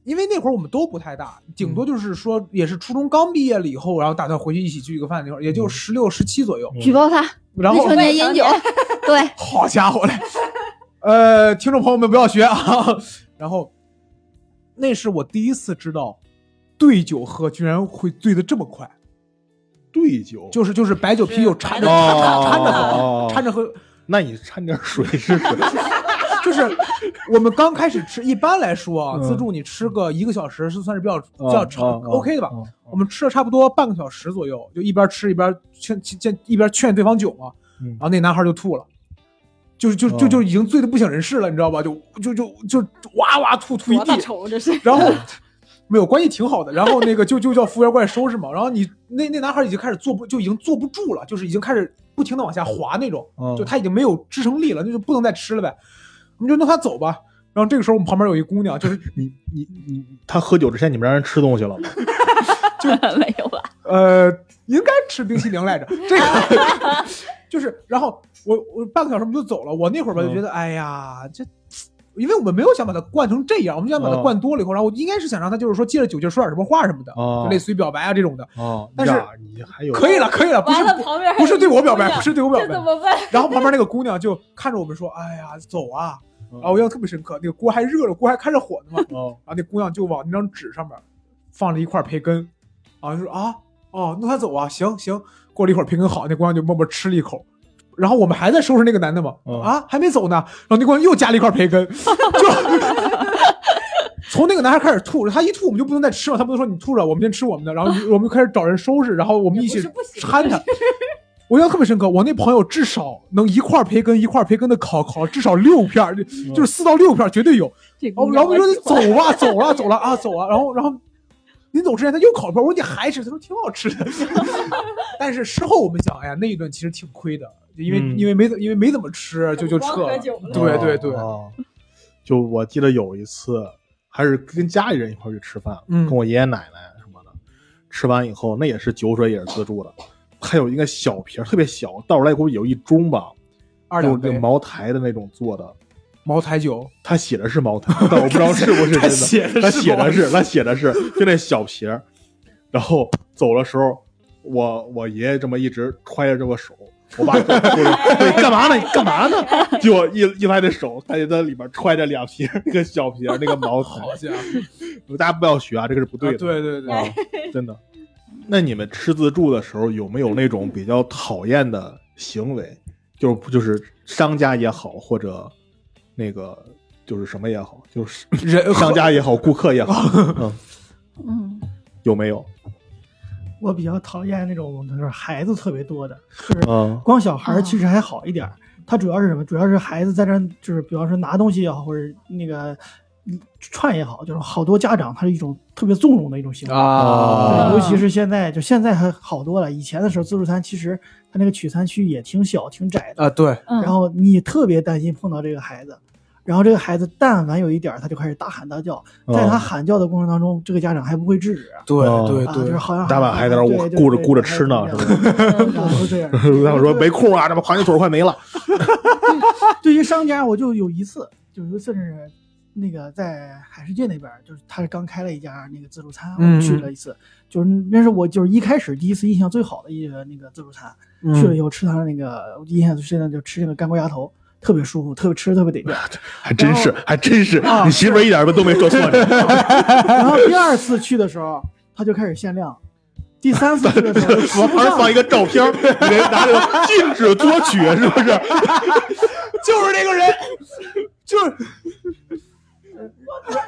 [SPEAKER 2] 因为那会儿我们都不太大，顶多就是说也是初中刚毕业了以后，然后打算回去一起聚一个饭那会儿，也就十六十七左右。
[SPEAKER 1] 嗯
[SPEAKER 3] 举报他
[SPEAKER 2] 然
[SPEAKER 3] 未
[SPEAKER 2] 后
[SPEAKER 3] 成年饮酒，对，
[SPEAKER 2] 好家
[SPEAKER 1] <laughs>
[SPEAKER 2] 伙嘞，呃，听众朋友们不要学啊。 <laughs> 然后，那是我第一次知道，兑酒喝居然会醉得这么快，
[SPEAKER 1] 哦兑酒
[SPEAKER 2] 就是就是白酒啤酒掺着
[SPEAKER 1] 哦
[SPEAKER 2] 掺着掺着
[SPEAKER 1] 哦
[SPEAKER 2] 喝，
[SPEAKER 1] 哦哦
[SPEAKER 2] 掺着喝。
[SPEAKER 1] 那你掺点水是水，
[SPEAKER 2] 就是我们刚开始吃，一般来说啊，
[SPEAKER 1] 嗯
[SPEAKER 2] 自助你吃个一个小时是算是比较比较长
[SPEAKER 1] 嗯嗯嗯
[SPEAKER 2] OK 的吧？
[SPEAKER 1] 嗯
[SPEAKER 2] 我们吃了差不多半个小时左右，就一边吃一边劝劝一边劝对方酒嘛，
[SPEAKER 1] 嗯
[SPEAKER 2] 然后那男孩就吐了。就是就就
[SPEAKER 1] 嗯
[SPEAKER 2] 就已经醉得不省人事了，你知道吧？就就就就哇哇吐吐一
[SPEAKER 5] 多大
[SPEAKER 2] 地，
[SPEAKER 5] 仇这是？
[SPEAKER 2] 然后没有关系挺好的，然后那个就就叫服务员过来收拾嘛。然后你那那男孩已经开始坐不就已经坐不住了，就是已经开始不停的往下滑那种，
[SPEAKER 1] 嗯
[SPEAKER 2] 就他已经没有支撑力了，那就不能再吃了呗。我们就让他走吧。然后这个时候我们旁边有一姑娘，就是
[SPEAKER 1] 你你你，他喝酒之前你们让人吃东西了
[SPEAKER 2] <laughs>
[SPEAKER 1] 吗？
[SPEAKER 3] <laughs> 没有吧？
[SPEAKER 2] 呃，应该吃冰淇淋来着。这个就是，然后我我半个小时我们就走了。我那会儿吧就觉
[SPEAKER 1] 嗯
[SPEAKER 2] 得，哎呀，这。因为我们没有想把它灌成这样，我们就想把它
[SPEAKER 1] 嗯
[SPEAKER 2] 灌多了以后，然后我应该是想让他就是说借着酒劲儿说点什么话什么的，
[SPEAKER 1] 哦
[SPEAKER 2] 就类似于表白啊这种的。
[SPEAKER 1] 哦，
[SPEAKER 2] 但是
[SPEAKER 1] 呀你还有
[SPEAKER 2] 可以了，可以了，不是
[SPEAKER 5] 完了，旁边还
[SPEAKER 2] 不是对我表白，
[SPEAKER 5] 有
[SPEAKER 2] 不是对我
[SPEAKER 5] 姑
[SPEAKER 2] 表
[SPEAKER 5] 娘这怎
[SPEAKER 2] 白。
[SPEAKER 5] 么办？
[SPEAKER 2] 然后旁边那个姑娘就看着我们说：“哎呀，走啊！”
[SPEAKER 1] 嗯
[SPEAKER 2] 然后我印象特别深刻，那个锅还热着，锅还开着火呢嘛。
[SPEAKER 1] 哦，
[SPEAKER 2] 然后那姑娘就往那张纸上面放了一块培根，啊，就说啊，哦，那他走啊，行行。过了一会儿培根好，那姑娘就默默吃了一口。然后我们还在收拾那个男的嘛，
[SPEAKER 1] 嗯
[SPEAKER 2] 啊，还没走呢。然后那姑娘又加了一块培根，就从那个男孩开始吐，他一吐我们就不能再吃了，他不能说你吐了，我们先吃我们的。然后我们就开始找人收拾，然后我们一起
[SPEAKER 5] 也不是不行
[SPEAKER 2] 搀他。我印象特别深刻，我那朋友至少能一块培根一块培根的烤，烤了至少六片儿，就是四到六片儿绝对有。
[SPEAKER 3] 这
[SPEAKER 2] 哦然后然后我说你走吧，走了，走了啊，走啊。然后然后临走之前他又烤一包，我说你还吃？他说挺好吃的。 <laughs> 但是事后我们想，哎呀，那一顿其实挺亏的，就因为、
[SPEAKER 1] 嗯
[SPEAKER 2] 因为没因为没怎么吃，就就
[SPEAKER 5] 光
[SPEAKER 2] 撤
[SPEAKER 5] 喝
[SPEAKER 2] 了。
[SPEAKER 5] 酒了 <laughs>
[SPEAKER 2] 对对对，
[SPEAKER 1] 哦就我记得有一次，还是跟家里人一块儿去吃饭，
[SPEAKER 2] 嗯
[SPEAKER 1] 跟我爷爷奶奶什么的，吃完以后那也是酒水也是自助的，还有一个小瓶儿特别小，倒出来估计有一盅吧，
[SPEAKER 2] 二
[SPEAKER 1] 就
[SPEAKER 2] 两
[SPEAKER 1] 那
[SPEAKER 2] 杯
[SPEAKER 1] 茅台的那种做的，
[SPEAKER 2] 茅台酒，
[SPEAKER 1] 他写的是
[SPEAKER 2] <laughs>
[SPEAKER 1] 茅台，但我不知道是不是真
[SPEAKER 2] 他
[SPEAKER 1] 的。
[SPEAKER 2] 写的是
[SPEAKER 1] 他写
[SPEAKER 2] 茅台
[SPEAKER 1] 的是，他写的是，就那小鞋儿。然后走的时候，我我爷爷这么一直揣着这个手，我爸过来
[SPEAKER 2] <laughs>
[SPEAKER 1] 说你干嘛呢？你干嘛呢？结果一一拍这手，他就在里边揣着两瓶儿那个小瓶儿那个茅
[SPEAKER 2] <laughs>
[SPEAKER 1] 台。
[SPEAKER 2] 好家伙，
[SPEAKER 1] 大家不要学啊，这个是不
[SPEAKER 2] 啊
[SPEAKER 1] 对的。
[SPEAKER 2] 对对对，
[SPEAKER 1] 啊，真的。那你们吃自助的时候有没有那种比较讨厌的行为？就是就是商家也好，或者那个就是什么也好，就是 <laughs>
[SPEAKER 2] 人
[SPEAKER 1] 商家也好，顾客也 <laughs> 好，嗯，
[SPEAKER 3] 嗯，
[SPEAKER 1] 有没有？
[SPEAKER 4] 我比较讨厌那种就是孩子特别多的，就是
[SPEAKER 1] 嗯
[SPEAKER 4] 光小孩儿其实还好一点儿，他主要是什么？主要是孩子在这儿，就是比方说拿东西也好，或者那个嗯串也好，就是好多家长他是一种特别纵容的一种行为。
[SPEAKER 2] 啊
[SPEAKER 4] 对，
[SPEAKER 5] 啊
[SPEAKER 4] 尤其是现在，就现在还好多了。以前的时候，自助餐其实它那个取餐区也挺小、挺窄的，
[SPEAKER 2] 啊对，
[SPEAKER 3] 嗯
[SPEAKER 4] 然后你特别担心碰到这个孩子，然后这个孩子但凡有一点儿，他就开始大喊大叫，在他
[SPEAKER 1] 嗯
[SPEAKER 4] 喊叫的过程当中，这个家长还不会制止，
[SPEAKER 2] 对
[SPEAKER 1] 啊
[SPEAKER 2] 对
[SPEAKER 4] 啊，就是
[SPEAKER 2] 对，
[SPEAKER 4] 好像
[SPEAKER 1] 大碗还在那儿
[SPEAKER 4] 对
[SPEAKER 1] 我
[SPEAKER 4] 对
[SPEAKER 1] 顾着
[SPEAKER 4] 对
[SPEAKER 1] 顾着
[SPEAKER 4] 对
[SPEAKER 1] 吃呢
[SPEAKER 4] 对对对都这
[SPEAKER 1] <laughs>
[SPEAKER 4] 样。
[SPEAKER 1] 他们说没空啊，这不螃蟹腿儿快没了。
[SPEAKER 4] 对于商家，我就有一次，就有一次是那个在海世界那边儿，就是他刚开了一家那个自助餐，
[SPEAKER 2] 嗯
[SPEAKER 4] 我去了一次，就是那是我就是一开始第一次印象最好的一个那个自助餐，去了以
[SPEAKER 2] 嗯，
[SPEAKER 4] 后吃他的那个我印象最深的就吃那个干锅鸭头，特别舒服，特别吃的特别得劲儿。
[SPEAKER 1] <laughs> 还真是，还真是，
[SPEAKER 4] 啊
[SPEAKER 1] 你媳妇儿一点儿都没说错呢。 <laughs>
[SPEAKER 4] 然后第二次去的时候，他就开始限量，第三次去的时候就
[SPEAKER 1] <laughs>
[SPEAKER 4] 吃
[SPEAKER 1] 我
[SPEAKER 4] 不
[SPEAKER 1] 旁边
[SPEAKER 4] 上
[SPEAKER 1] 放一个照片儿，你拿着个禁止夺取，是不是？
[SPEAKER 2] 就是这个人，就是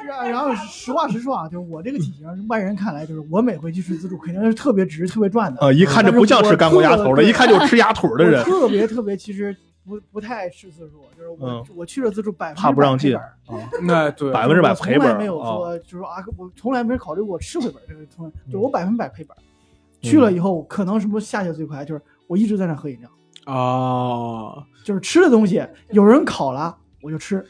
[SPEAKER 4] 然然后实话实说啊，就是我这个体型，外人看来就是我每回去吃自助，肯定是特别值、特别赚
[SPEAKER 1] <laughs>
[SPEAKER 4] 的。
[SPEAKER 1] 啊，一看这不像吃干锅鸭头的，一看就是吃鸭腿儿的人
[SPEAKER 4] 我。特别特别，其实不不太爱吃自助，就是我、
[SPEAKER 1] 嗯
[SPEAKER 4] 我去了自助百分之
[SPEAKER 1] 怕不让进
[SPEAKER 4] 进，
[SPEAKER 2] 那哎对，
[SPEAKER 1] 百分之百赔本
[SPEAKER 4] 我从
[SPEAKER 1] 儿
[SPEAKER 4] 来没有
[SPEAKER 1] 啊！
[SPEAKER 4] 说就是啊，我从来没考虑过吃回本儿，这个从来
[SPEAKER 1] 嗯
[SPEAKER 4] 就是我百分百赔本儿。去了以后，可能什么下去最快就是我一直在那喝饮料，
[SPEAKER 2] 啊，
[SPEAKER 4] 就是吃的东西有人烤了我就吃，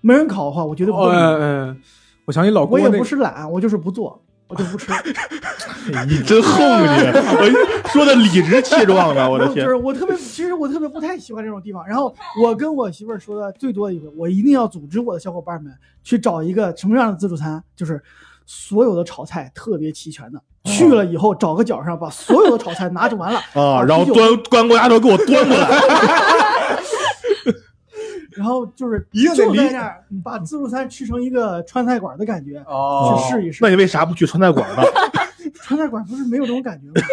[SPEAKER 4] 没人烤的话我绝对不
[SPEAKER 2] 哦
[SPEAKER 4] 会。
[SPEAKER 1] 哎
[SPEAKER 2] 嗯嗯，我想起老
[SPEAKER 4] 我
[SPEAKER 2] 郭
[SPEAKER 4] 也
[SPEAKER 2] 那
[SPEAKER 4] 不
[SPEAKER 2] 个，
[SPEAKER 4] 是懒，我就是不做，我就
[SPEAKER 1] <laughs>
[SPEAKER 4] 不吃。
[SPEAKER 1] 你真横你，我说的理直气壮的，我的天
[SPEAKER 4] 就！是我特别，其实我特别不太喜欢这种地方。然后我跟我媳妇儿说的最多的一回，我一定要组织我的小伙伴们去找一个什么样的自助餐，就是所有的炒菜特别齐全
[SPEAKER 1] 哦
[SPEAKER 4] 的。去了以后找个角上把所有的炒菜拿着完了
[SPEAKER 1] <laughs> 啊，然后
[SPEAKER 4] 啤酒
[SPEAKER 1] 端端锅鸭头给我端过来， <laughs>
[SPEAKER 4] 然后就是
[SPEAKER 1] 一定得
[SPEAKER 4] 就在
[SPEAKER 1] 离
[SPEAKER 4] 那儿嗯把自助餐去成一个川菜馆的感觉。
[SPEAKER 2] <laughs> 哦
[SPEAKER 4] 去试一试
[SPEAKER 1] 那你为啥不去川菜馆呢？
[SPEAKER 4] 川菜馆不是没有这种感觉吗？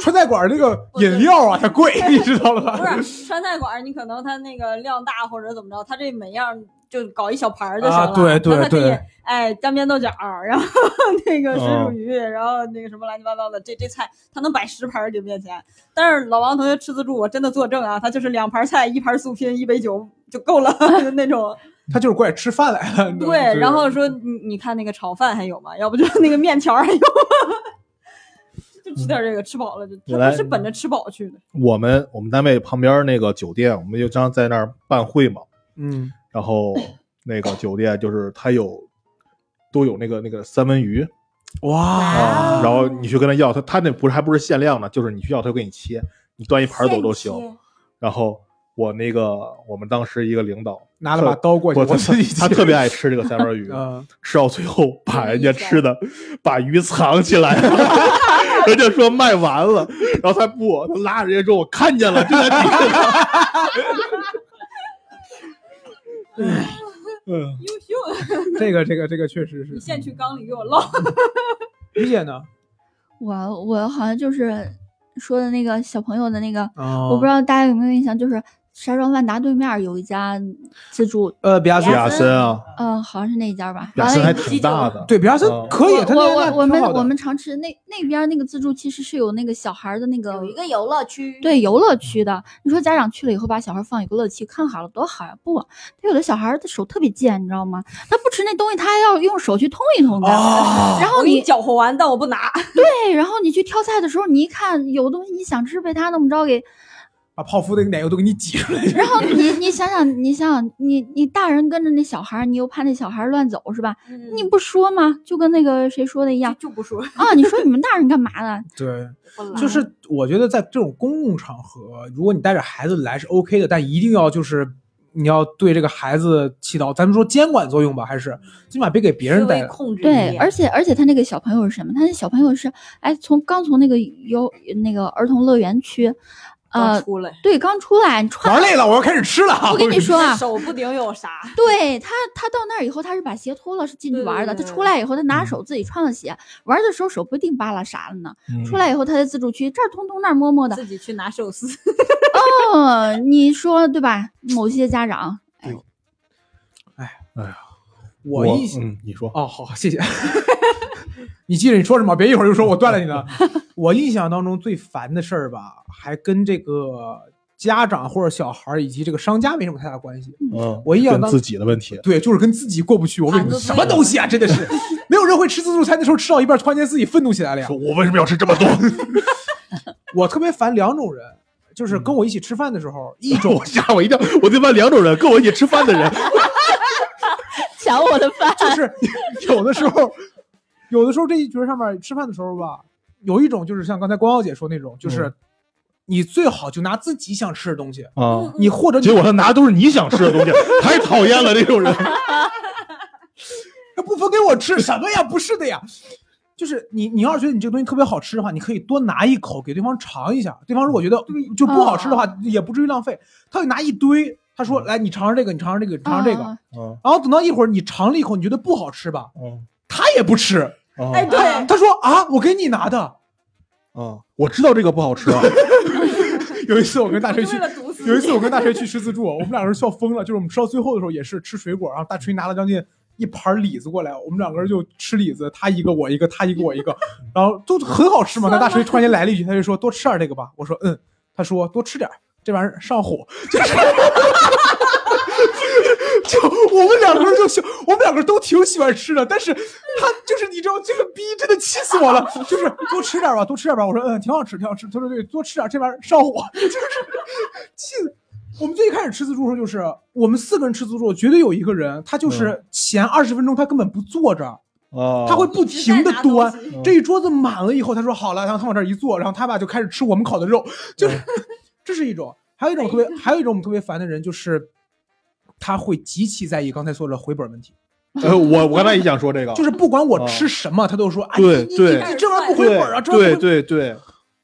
[SPEAKER 2] 川菜馆那个饮料啊，它贵，你知道了吧？
[SPEAKER 5] 不是川菜馆儿，你可能它那个量大或者怎么着，它这每样就搞一小盘儿就行
[SPEAKER 2] 啊
[SPEAKER 5] 了。
[SPEAKER 2] 对对
[SPEAKER 5] 那它可以
[SPEAKER 2] 对嗯
[SPEAKER 5] 哎，干煸豆角儿，然后 <laughs> 那个水煮鱼，然后那个什么乱七八糟的，这这菜它能摆十盘儿你面前。但是老王同学吃自助，我真的作证啊，他就是两盘儿菜，一盘儿素拼，一杯酒就够了 <laughs> 就那种。
[SPEAKER 2] 他就是过来吃饭来了。
[SPEAKER 5] 对，然后说你你看那个炒饭还有吗？要不就是那个面条儿还有吗？ <laughs> 就吃点这个，吃饱了就。
[SPEAKER 1] 原
[SPEAKER 5] 他
[SPEAKER 1] 来
[SPEAKER 5] 不是本着吃饱去的。
[SPEAKER 1] 我们我们单位旁边那个酒店，我们就经常在那儿办会嘛，
[SPEAKER 2] 嗯，
[SPEAKER 1] 然后那个酒店就是它有都有那个那个三文鱼
[SPEAKER 2] 哇
[SPEAKER 5] 哦
[SPEAKER 1] 啊，然后你去跟他要，他他那不是还不是限量的，就是你去要他就给你切，你端一盘走都行。然后我那个我们当时一个领导
[SPEAKER 2] 拿了把刀过去，
[SPEAKER 1] 我
[SPEAKER 2] 我自己
[SPEAKER 1] 他特别爱吃这个三
[SPEAKER 2] <laughs>
[SPEAKER 1] 文鱼，
[SPEAKER 2] 嗯，
[SPEAKER 1] 吃到最后把人家吃的把鱼藏起来了， <laughs> 人家说卖完了，然后他不，他拉着人家说我看见了，就在底下。嗯，
[SPEAKER 5] 优秀，
[SPEAKER 2] 这个这个这个确实是
[SPEAKER 5] 你。现去缸里给我捞。
[SPEAKER 2] 理解呢？
[SPEAKER 3] 我我好像就是说的那个小朋友的那个，
[SPEAKER 2] 啊
[SPEAKER 3] 我不知道大家有没有印象，就是沙庄万达对面有一家自助，
[SPEAKER 2] 呃，比亚
[SPEAKER 5] 比亚
[SPEAKER 1] 亚
[SPEAKER 5] 森
[SPEAKER 1] 森啊，
[SPEAKER 3] 嗯、好像是那一家吧。
[SPEAKER 1] 比亚
[SPEAKER 3] 完
[SPEAKER 1] 森
[SPEAKER 3] 了
[SPEAKER 1] 还
[SPEAKER 3] 以后，
[SPEAKER 1] 挺大的，
[SPEAKER 2] 对比亚森
[SPEAKER 1] 嗯
[SPEAKER 2] 可以，他那
[SPEAKER 3] 我我我们我
[SPEAKER 2] 们
[SPEAKER 3] 们常吃那那边那个自助其实是有那个小孩的那个
[SPEAKER 5] 有一个游乐区，
[SPEAKER 3] 对游乐区的。你说家长去了以后把小孩放游乐区看好了多好呀？不，他有的小孩他手特别贱，你知道吗？他不吃那东西，他还要用手去通一通的。
[SPEAKER 2] 啊，
[SPEAKER 3] 然后
[SPEAKER 5] 我给
[SPEAKER 3] 你
[SPEAKER 5] 搅和完，但我不拿。
[SPEAKER 3] 对，然后你去挑菜的时候，你一看有东西你想吃，被他那么着给
[SPEAKER 2] 把泡芙那个奶油都给你挤出来，
[SPEAKER 3] 然后你你想想，你想想，你你大人跟着那小孩儿，你又怕那小孩儿乱走是吧？你
[SPEAKER 5] <laughs> 你
[SPEAKER 3] 不说吗？就跟那个谁说的
[SPEAKER 5] <laughs>
[SPEAKER 3] 一样
[SPEAKER 5] 嗯就不说，
[SPEAKER 3] 啊！你说你们大人干嘛呢？
[SPEAKER 2] 对，
[SPEAKER 5] 我懒
[SPEAKER 2] 就是我觉得在这种公共场合，如果你带着孩子来是 OK 的，但一定要就是你要对这个孩子起到，咱们说监管作用吧，还是起码别给别人
[SPEAKER 5] 思维
[SPEAKER 2] 带来。
[SPEAKER 5] 控制
[SPEAKER 3] 对，
[SPEAKER 5] 力
[SPEAKER 3] 而且而且他那个小朋友是什么？他那小朋友是哎，从刚从那个游那个儿童乐园区，
[SPEAKER 5] 刚
[SPEAKER 3] 呃，
[SPEAKER 5] 出 <laughs> 来，
[SPEAKER 3] 对，刚出来，你穿，
[SPEAKER 2] 玩累了，我要开始吃了啊。<laughs>
[SPEAKER 3] 我跟你说
[SPEAKER 5] <laughs>
[SPEAKER 3] 啊，
[SPEAKER 5] 手不顶有啥？
[SPEAKER 3] 对他，他到那儿以后，他是把鞋脱了，是进去
[SPEAKER 5] 对
[SPEAKER 3] 玩儿的。
[SPEAKER 5] 对
[SPEAKER 3] 他
[SPEAKER 5] 对
[SPEAKER 3] 出来以后，他
[SPEAKER 2] 嗯
[SPEAKER 3] 拿手自己穿了鞋，玩儿的时候手不定扒拉啥了呢。
[SPEAKER 1] 嗯
[SPEAKER 3] 出来以后，他在自助区这儿通通那儿摸摸的。
[SPEAKER 5] 自己去拿寿司，
[SPEAKER 3] 哦，你说对吧？某些家长，
[SPEAKER 2] 我一
[SPEAKER 1] 嗯，你说
[SPEAKER 2] 哦，好，谢谢。 <laughs> 你记着你说什么，别一会儿又说我断了你呢。我印象当中最烦的事儿吧，还跟这个家长或者小孩儿以及这个商家没什么太大关系。
[SPEAKER 1] 嗯，
[SPEAKER 2] 我一想
[SPEAKER 1] 跟
[SPEAKER 2] 到
[SPEAKER 1] 自己的问题，
[SPEAKER 2] 对，就是跟自己过不去。我跟你说，
[SPEAKER 5] 盘子
[SPEAKER 2] 什么东西啊，真的是，没有人会吃自助餐的时候吃到一半，突然间自己愤怒起来了呀
[SPEAKER 1] 说。我为什么要吃这么多？ <laughs>
[SPEAKER 2] 我特别烦两种人，就是跟我一起吃饭的时候，一种
[SPEAKER 1] 我吓我一跳，我对班两种人，跟我一起吃饭
[SPEAKER 2] <laughs>
[SPEAKER 1] 的人，
[SPEAKER 3] 抢我的饭，
[SPEAKER 2] 就是 <laughs> 有的时候，有的时候这一局上面吃饭的时候吧，有一种就是像刚才光耀姐说那种，
[SPEAKER 1] 嗯
[SPEAKER 2] 就是你最好就拿自己想吃的东西，
[SPEAKER 1] 啊，
[SPEAKER 2] 你或者你
[SPEAKER 1] 结果他拿的都是你想吃的东西，太讨厌了这
[SPEAKER 2] <laughs>
[SPEAKER 1] 种人。
[SPEAKER 2] 啊不分给我吃什么呀？不是的呀。就是你，你要是觉得你这个东西特别好吃的话，你可以多拿一口给对方尝一下。对方如果觉得就不好吃的话，也不至于浪费。他会拿一堆，他说：“来，你尝尝这个，你尝尝这个，你尝尝这个。
[SPEAKER 3] 啊
[SPEAKER 1] 嗯
[SPEAKER 2] 然后等到一会儿你尝了一口，你觉得不好吃吧，
[SPEAKER 1] 嗯
[SPEAKER 2] 他也不吃。
[SPEAKER 1] 嗯
[SPEAKER 5] <laughs> 哎，对，
[SPEAKER 2] 他说：“啊，我给你拿的。”
[SPEAKER 1] 嗯，
[SPEAKER 2] 哦
[SPEAKER 1] 我知道这个不好吃啊，
[SPEAKER 2] 有一次我跟 <laughs> 大锤
[SPEAKER 5] 就
[SPEAKER 2] 去
[SPEAKER 5] 为，了毒死
[SPEAKER 2] 有一次
[SPEAKER 5] 你
[SPEAKER 2] 我跟大锤去吃自助，我们两个人笑疯了。就是我们吃到最后的时候，也是吃水果，然后大锤拿了将近一盘李子过来，我们两个人就吃李子，他一个我一个，他一个我一个，然后都很好吃嘛。那大锤突然间来了一句，他就说多吃点这个吧。我说嗯，他说多吃点儿，这玩意儿上火。就是。就我们两个人就喜，我们两个都挺喜欢吃的，但是他就是你知道这个逼真的气死我了，就是多吃点吧，多吃点吧。我说嗯，挺好吃，挺好吃。他说对，多吃点，这玩意儿上火，就是气死。我们最开始吃自助的时候，就是我们四个人吃自助，绝对有一个人他就是前二十分钟他根本不坐着，
[SPEAKER 1] 啊，
[SPEAKER 2] 他会不停的啊端
[SPEAKER 5] 一直在拿东
[SPEAKER 1] 西，
[SPEAKER 2] 这一桌子满了以后，他说好了，然后他往这儿一坐，然后他爸就开始吃我们烤的肉，就是、
[SPEAKER 1] 嗯
[SPEAKER 2] <laughs> 这是一种，还有一种特别，还有一种我们特别烦的人就是。他会极其在意刚才说的回本问题，
[SPEAKER 1] 呃，我我刚才也想说这个，
[SPEAKER 2] 就是是不管我吃什么，他都说啊，你
[SPEAKER 1] 哦对
[SPEAKER 2] 你
[SPEAKER 1] 对
[SPEAKER 2] 你你这玩意儿不回
[SPEAKER 1] 对
[SPEAKER 2] 本啊，这玩意
[SPEAKER 1] 对
[SPEAKER 2] 儿不回
[SPEAKER 1] 对对，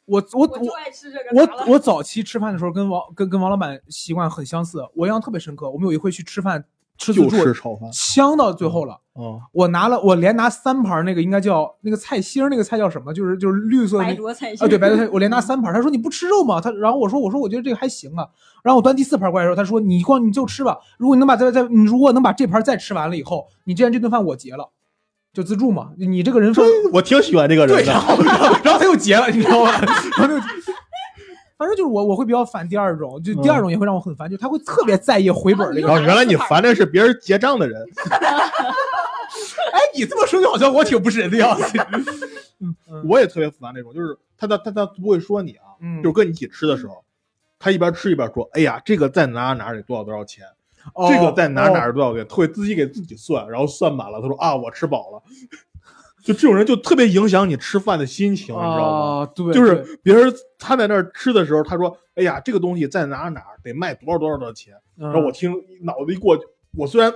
[SPEAKER 2] 我我
[SPEAKER 5] 我就
[SPEAKER 2] 我
[SPEAKER 5] 爱吃这个
[SPEAKER 2] 我
[SPEAKER 5] 咋了
[SPEAKER 2] 我早期吃饭的时候跟王跟跟王老板习惯很相似，我印象特别深刻。我们有一回去吃饭吃自
[SPEAKER 1] 就
[SPEAKER 2] 助，
[SPEAKER 1] 吃炒饭
[SPEAKER 2] 香到最后了。
[SPEAKER 1] 啊，
[SPEAKER 2] 我拿了，我连拿三盘儿那个应该叫那个菜心儿，那个菜叫什么？就是就是绿色的
[SPEAKER 5] 白
[SPEAKER 2] 那
[SPEAKER 5] 灼菜心
[SPEAKER 2] 啊，对白灼菜，我
[SPEAKER 1] 嗯
[SPEAKER 2] 连拿三盘儿。他说你不吃肉吗？他然后我说我说我觉得这个还行啊。然后我端第四盘儿过来的时候，他说你光你就吃吧，如果你能把再再你如果能把这盘儿再吃完了以后，你既然这顿饭我结了，就自助嘛，你这个人份
[SPEAKER 1] 我挺喜欢这个
[SPEAKER 2] 对，
[SPEAKER 1] 人
[SPEAKER 2] 然
[SPEAKER 1] 的，
[SPEAKER 2] 后然后然后他又结了，你知道吗？ <laughs> 然后他又结反正就是我我会比较烦第二种，就第二种也会让我很烦，就他会特别在意回本儿这个
[SPEAKER 1] 然后原来嗯啊你烦的是别人结账的人，
[SPEAKER 2] 哎，你这么说就好像我挺不是人的样子。
[SPEAKER 1] 我也特别烦那种，就是他他他他不会说你啊，
[SPEAKER 2] 嗯
[SPEAKER 1] 就是跟你一起吃的时候，他一边吃一边说，哎呀，这个在哪儿哪儿得多少多少钱， <laughs>
[SPEAKER 2] 哦
[SPEAKER 1] 这个在哪儿哪儿多少钱，他会自己给自己算，然后算满了，他说啊，我吃饱了。 <laughs> 就这种人就特别影响你吃饭的心情，你知道吗？
[SPEAKER 2] 啊，对，
[SPEAKER 1] 就是别人他在那儿吃的时候，他说：“哎呀，这个东西在哪儿哪儿得卖多少多少的钱。”
[SPEAKER 2] 然
[SPEAKER 1] 然后我听脑子一过去，我虽然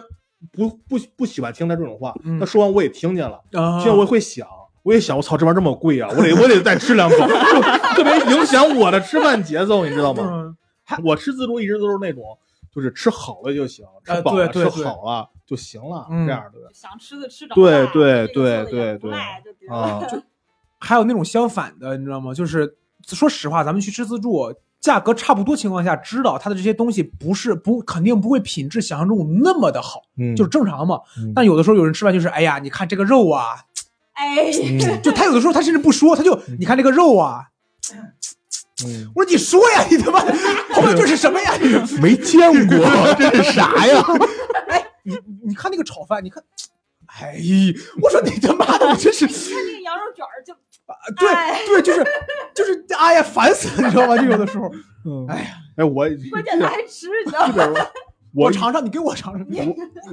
[SPEAKER 1] 不不不喜欢听他这种话，
[SPEAKER 2] 嗯
[SPEAKER 1] 他说完我也听见了，
[SPEAKER 2] 啊
[SPEAKER 1] 听见我也会想，我也想，我操，这玩意儿这么贵啊，我得我得再吃两口， <laughs> 就特别影响我的吃饭节奏，你知道吗？
[SPEAKER 2] 嗯
[SPEAKER 1] 我吃自助一直都是那种，就是吃好了就行，吃饱
[SPEAKER 2] 呃
[SPEAKER 1] 了、
[SPEAKER 2] 对对
[SPEAKER 1] 吃好了就行了，
[SPEAKER 2] 嗯
[SPEAKER 1] 这样的。
[SPEAKER 5] 想吃的吃着
[SPEAKER 1] 对
[SPEAKER 5] 吧
[SPEAKER 1] 对
[SPEAKER 5] 这个做的
[SPEAKER 1] 对
[SPEAKER 5] 也
[SPEAKER 1] 对
[SPEAKER 5] 不赖就得
[SPEAKER 1] <laughs>
[SPEAKER 5] 了
[SPEAKER 1] 啊，
[SPEAKER 2] 还有那种相反的，你知道吗？就是说实话，咱们去吃自助。价格差不多情况下，知道它的这些东西不是不肯定不会品质想象中那么的好，
[SPEAKER 1] 嗯，
[SPEAKER 2] 就是正常嘛。
[SPEAKER 1] 嗯
[SPEAKER 2] 但有的时候有人吃饭就是，哎呀，你看这个肉啊，
[SPEAKER 5] 哎，
[SPEAKER 1] 嗯
[SPEAKER 2] 就他有的时候他甚至不说，他就你看这个肉啊，
[SPEAKER 1] 嗯
[SPEAKER 2] 我说你说呀，你他妈后面就是什么呀？
[SPEAKER 1] <laughs> 没见 <laughs> 过，这是
[SPEAKER 2] <laughs>
[SPEAKER 1] 啥呀？
[SPEAKER 2] 哎你你你看那个炒饭，你看，哎，我说你他妈的，你真
[SPEAKER 1] <laughs>
[SPEAKER 2] 是，
[SPEAKER 1] 哎
[SPEAKER 5] 你看这个羊肉卷儿就哎
[SPEAKER 2] 对对，就是就是，哎呀，烦死了，你知道吗？就有的时候，
[SPEAKER 1] <laughs> 嗯
[SPEAKER 2] 哎
[SPEAKER 1] 哎，我
[SPEAKER 2] <laughs>
[SPEAKER 1] <laughs>
[SPEAKER 5] 关键他还吃，你知道吗？
[SPEAKER 1] 基本上 <laughs> 我
[SPEAKER 4] 我尝尝，你给我尝尝。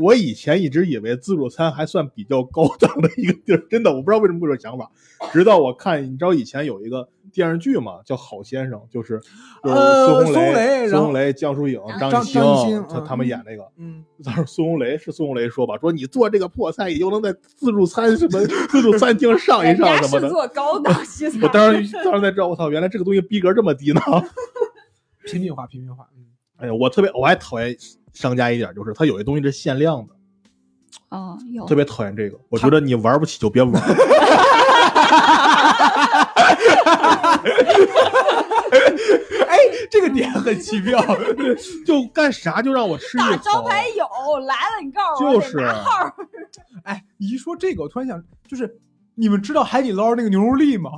[SPEAKER 1] 我以前一直以为自助餐还算比较高档的一个地儿，真的，我不知道为什么会有这想法。直到我看，你知道以前有一个电视剧嘛，叫《好先生》，就是就是
[SPEAKER 2] 呃
[SPEAKER 1] 孙
[SPEAKER 2] 孙红
[SPEAKER 1] 红
[SPEAKER 2] 雷
[SPEAKER 1] 雷、
[SPEAKER 2] 然
[SPEAKER 1] 孙
[SPEAKER 2] 后啊
[SPEAKER 1] 红雷、江疏影、
[SPEAKER 2] 张
[SPEAKER 1] 张艺
[SPEAKER 2] 张艺
[SPEAKER 1] 兴
[SPEAKER 2] 兴
[SPEAKER 1] 他
[SPEAKER 2] 嗯
[SPEAKER 1] 他们演那个。
[SPEAKER 2] 嗯，
[SPEAKER 1] 当时孙红雷是孙红雷说吧，说你做这个破菜，你就能在自助餐什么自助餐厅上一
[SPEAKER 5] 人
[SPEAKER 1] 上
[SPEAKER 5] 家
[SPEAKER 1] 什么
[SPEAKER 5] 是
[SPEAKER 1] 的。
[SPEAKER 5] 做高档西餐，
[SPEAKER 1] 我当时当时才知道，我操，原来这个东西逼格这么低呢。
[SPEAKER 2] 平民化，平民化，嗯，
[SPEAKER 1] 哎呀，我特别我还讨厌商家一点，就是他有些东西是限量的，
[SPEAKER 3] 哦，有
[SPEAKER 1] 特别讨厌这个。我觉得你玩不起就别玩。
[SPEAKER 2] <laughs> 哎，这个点
[SPEAKER 1] 很奇
[SPEAKER 2] <laughs>
[SPEAKER 1] 妙， <laughs> 就干啥就让我吃一
[SPEAKER 5] 打
[SPEAKER 1] 口。
[SPEAKER 5] 招牌有
[SPEAKER 2] 啊
[SPEAKER 5] 来了，你告诉我，
[SPEAKER 1] 就是
[SPEAKER 5] 我得拿号儿
[SPEAKER 2] 哎，你一说这个，我突然想，就是你们知道海底捞那个牛肉粒吗？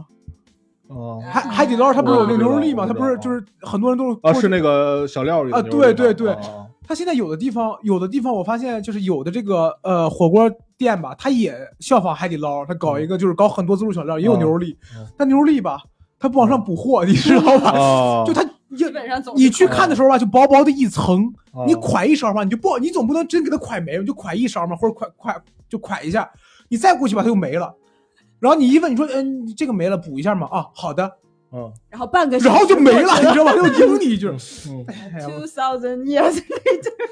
[SPEAKER 1] 嗯
[SPEAKER 2] 海海底捞它不是有那个牛肉粒吗？
[SPEAKER 1] 我知
[SPEAKER 2] 它
[SPEAKER 1] 道
[SPEAKER 2] 不是就是很多人都
[SPEAKER 1] 啊，是那个小料里的
[SPEAKER 2] 啊
[SPEAKER 1] 牛肉粒
[SPEAKER 2] 对
[SPEAKER 1] 吗
[SPEAKER 2] 对对
[SPEAKER 1] 啊
[SPEAKER 2] 它现在有的地方，有的地方我发现就是有的这个呃火锅店吧，它也效仿海底捞，它搞一个就是搞很多自助小料，也有
[SPEAKER 1] 嗯
[SPEAKER 2] 牛肉粒
[SPEAKER 1] 嗯，
[SPEAKER 2] 但牛肉粒吧，它不往上补货，你知道吧？
[SPEAKER 1] 啊，
[SPEAKER 2] 就它
[SPEAKER 5] 基
[SPEAKER 2] 一
[SPEAKER 5] 本上总是
[SPEAKER 2] 你去看的时候吧，就薄薄的一层，
[SPEAKER 1] 啊
[SPEAKER 2] 你㧟一勺吧，你就不，你总不能真给它㧟没了，你就㧟一勺嘛，或者㧟㧟就㧟一下，你再过去吧，它就没了。然后你一问，你说，嗯，你这个没了，补一下嘛？啊，好的，
[SPEAKER 1] 嗯
[SPEAKER 5] 然后半个小
[SPEAKER 2] 然
[SPEAKER 5] 时
[SPEAKER 2] 后就没了，你知道吧？又应你一句，
[SPEAKER 1] 嗯，
[SPEAKER 2] 哎呀，我
[SPEAKER 5] ，two thousand years，就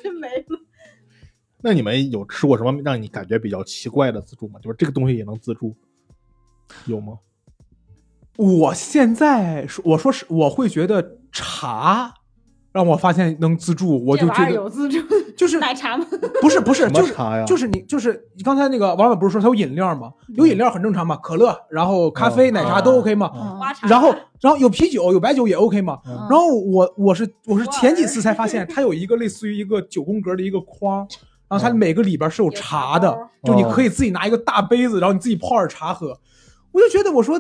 [SPEAKER 5] 是 <laughs> 没了。
[SPEAKER 1] 那你们有吃过什么让你感觉比较奇怪的自助吗？就是这个东西也能自助，有吗？
[SPEAKER 2] 我现在说，我说是，我会觉得茶让我发现能自助，我就
[SPEAKER 5] 这玩
[SPEAKER 2] 觉
[SPEAKER 5] 意儿
[SPEAKER 2] 得
[SPEAKER 5] 有自助 <laughs>
[SPEAKER 2] 就是
[SPEAKER 5] 奶茶吗？
[SPEAKER 2] 不是不是
[SPEAKER 1] 什么
[SPEAKER 2] 呃就是
[SPEAKER 1] 茶呀
[SPEAKER 2] 就是你就是你刚才那个王老板不是说他有饮料吗？有饮料很正常嘛，可乐，然后咖啡、
[SPEAKER 1] 嗯
[SPEAKER 2] 奶茶都 OK 嘛。
[SPEAKER 1] 嗯
[SPEAKER 5] 花茶，
[SPEAKER 2] 然后然后有啤酒有白酒也 OK 嘛。
[SPEAKER 1] 嗯
[SPEAKER 2] 然后我我是我是
[SPEAKER 5] 普洱
[SPEAKER 2] 前几次才发现，它有一个类似于一个九宫格的一个框，然后它
[SPEAKER 1] 嗯
[SPEAKER 2] 每个里边是有
[SPEAKER 5] 有
[SPEAKER 2] 茶
[SPEAKER 5] 茶
[SPEAKER 2] 的
[SPEAKER 5] 包，
[SPEAKER 2] 就你
[SPEAKER 1] 哦
[SPEAKER 2] 可以自己拿一个大杯子，然后你自己泡点茶喝。我就觉得我说，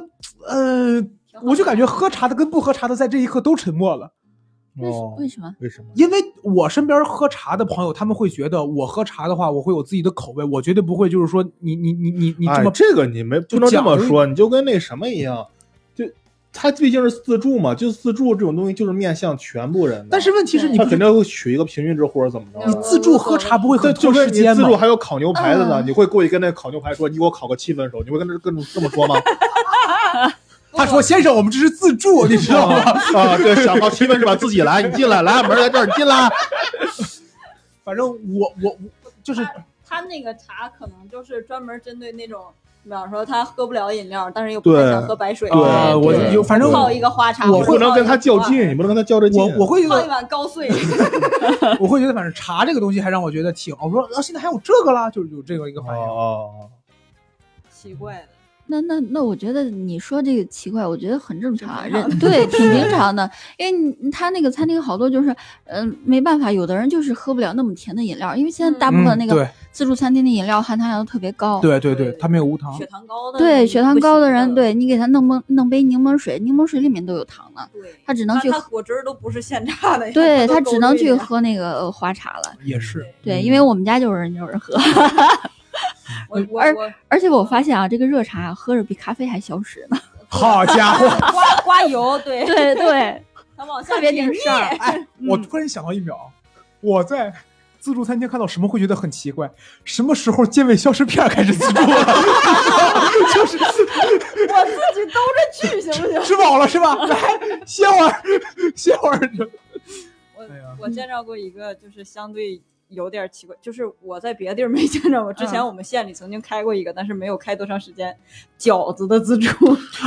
[SPEAKER 2] 呃，
[SPEAKER 5] 好
[SPEAKER 2] 我就感觉喝茶的跟不喝茶的在这一刻都沉默了，
[SPEAKER 3] 为什
[SPEAKER 1] 哦
[SPEAKER 3] 嗯为什么？
[SPEAKER 1] 为什么？
[SPEAKER 2] 因为我身边喝茶的朋友，他们会觉得我喝茶的话，我会有自己的口味，我绝对不会就是说你你你你你这
[SPEAKER 1] 哎
[SPEAKER 2] 么，
[SPEAKER 1] 这个你没不能这么说，你就跟那什么一样，就它毕竟是自助嘛，就自助这种东西就是面向全部人的，
[SPEAKER 2] 但是问题是你
[SPEAKER 1] 他
[SPEAKER 2] 不觉
[SPEAKER 1] 肯
[SPEAKER 2] 得
[SPEAKER 1] 定会取一个平均值或者怎么着
[SPEAKER 2] 你
[SPEAKER 1] 的。
[SPEAKER 2] 自助喝茶不会
[SPEAKER 1] 对，
[SPEAKER 2] 很
[SPEAKER 1] 就
[SPEAKER 2] 拖
[SPEAKER 1] 跟
[SPEAKER 2] 时
[SPEAKER 1] 你
[SPEAKER 2] 间
[SPEAKER 1] 自
[SPEAKER 2] 吗
[SPEAKER 1] 助？还有烤牛排的呢，
[SPEAKER 3] 嗯
[SPEAKER 1] 你会过去跟那烤牛排说：“你给我烤个七分熟。”你会跟这跟这么说吗？
[SPEAKER 2] 他说：“先生，我们这是自
[SPEAKER 1] <laughs>
[SPEAKER 2] 助， <laughs> 你知道吗？”
[SPEAKER 1] 啊，对，想到七分是吧？自己来，你进来，来门在这儿，你进来。
[SPEAKER 2] 反正我我我就是
[SPEAKER 5] 他那个茶可能就是专门针对那种，比方说他喝不了饮料，但是又不太
[SPEAKER 1] 对
[SPEAKER 5] 想喝白水，
[SPEAKER 1] 对
[SPEAKER 2] 啊，我
[SPEAKER 1] 对
[SPEAKER 2] 有反正
[SPEAKER 5] 泡
[SPEAKER 2] 我
[SPEAKER 5] 啊一个花茶，
[SPEAKER 2] 我
[SPEAKER 1] 你不能跟他较劲，你不能跟他较这劲。
[SPEAKER 2] 我会觉
[SPEAKER 5] 泡一
[SPEAKER 2] 得
[SPEAKER 5] 碗高碎，
[SPEAKER 2] <laughs> 我会觉得，反正茶这个东西还让我觉得挺，我说啊，现在还有这个啦，就是有这个一个反应。
[SPEAKER 1] 哦，
[SPEAKER 5] 奇怪的。
[SPEAKER 3] 那那那，我觉得你说这个奇怪，我觉得很正
[SPEAKER 5] 挺
[SPEAKER 3] 常，
[SPEAKER 5] 平
[SPEAKER 3] 人
[SPEAKER 5] 常 <laughs>
[SPEAKER 3] 对挺平常的，因为你他那个餐厅好多就是，嗯、没办法，有的人就是喝不了那么甜的饮料，因为现在大部分那个
[SPEAKER 2] 嗯
[SPEAKER 3] 自助餐厅的饮料含糖量都特别高，
[SPEAKER 2] 对对对对，他没有无糖
[SPEAKER 5] 血，糖高的
[SPEAKER 3] 对血糖高的人，
[SPEAKER 5] 不行
[SPEAKER 3] 对你给他弄杯弄杯柠檬水，柠檬水里面都有糖呢，
[SPEAKER 5] 对，
[SPEAKER 3] 他只能去
[SPEAKER 5] 他
[SPEAKER 3] 喝，
[SPEAKER 5] 果汁儿都不是现榨的呀，
[SPEAKER 3] 对
[SPEAKER 5] 都
[SPEAKER 3] 他
[SPEAKER 5] 勾
[SPEAKER 3] 只能
[SPEAKER 5] 兑
[SPEAKER 3] 去
[SPEAKER 5] 的呀。
[SPEAKER 3] 喝那个呃花茶了。
[SPEAKER 2] 也是
[SPEAKER 3] 对，
[SPEAKER 2] 嗯
[SPEAKER 3] 因为我们家有人有人喝， <laughs>
[SPEAKER 5] 我我
[SPEAKER 3] 而
[SPEAKER 5] 我
[SPEAKER 3] 而且我发现啊，这个热茶啊喝着比咖啡还消食呢。
[SPEAKER 2] 好家
[SPEAKER 5] <laughs>
[SPEAKER 2] 伙！
[SPEAKER 5] 刮刮油，对，
[SPEAKER 3] 对对，
[SPEAKER 5] 他往下
[SPEAKER 3] 特别
[SPEAKER 5] 拧
[SPEAKER 3] 顶事儿。
[SPEAKER 2] 哎，我突然想到一秒，我在自助餐厅看到什么会觉得很奇怪？什么时候健胃消食片开始自助了？ <laughs> 就是
[SPEAKER 5] 我自己兜着去行不行？
[SPEAKER 2] 吃饱了是吧？来，歇会儿，歇会儿。
[SPEAKER 5] 我
[SPEAKER 2] 哎呀
[SPEAKER 5] 我见着过一个，就是相对有点奇怪，就是我在别的地儿没见着过。之前
[SPEAKER 2] 嗯
[SPEAKER 5] 我们县里曾经开过一个，但是没有开多长时间，饺子的自助。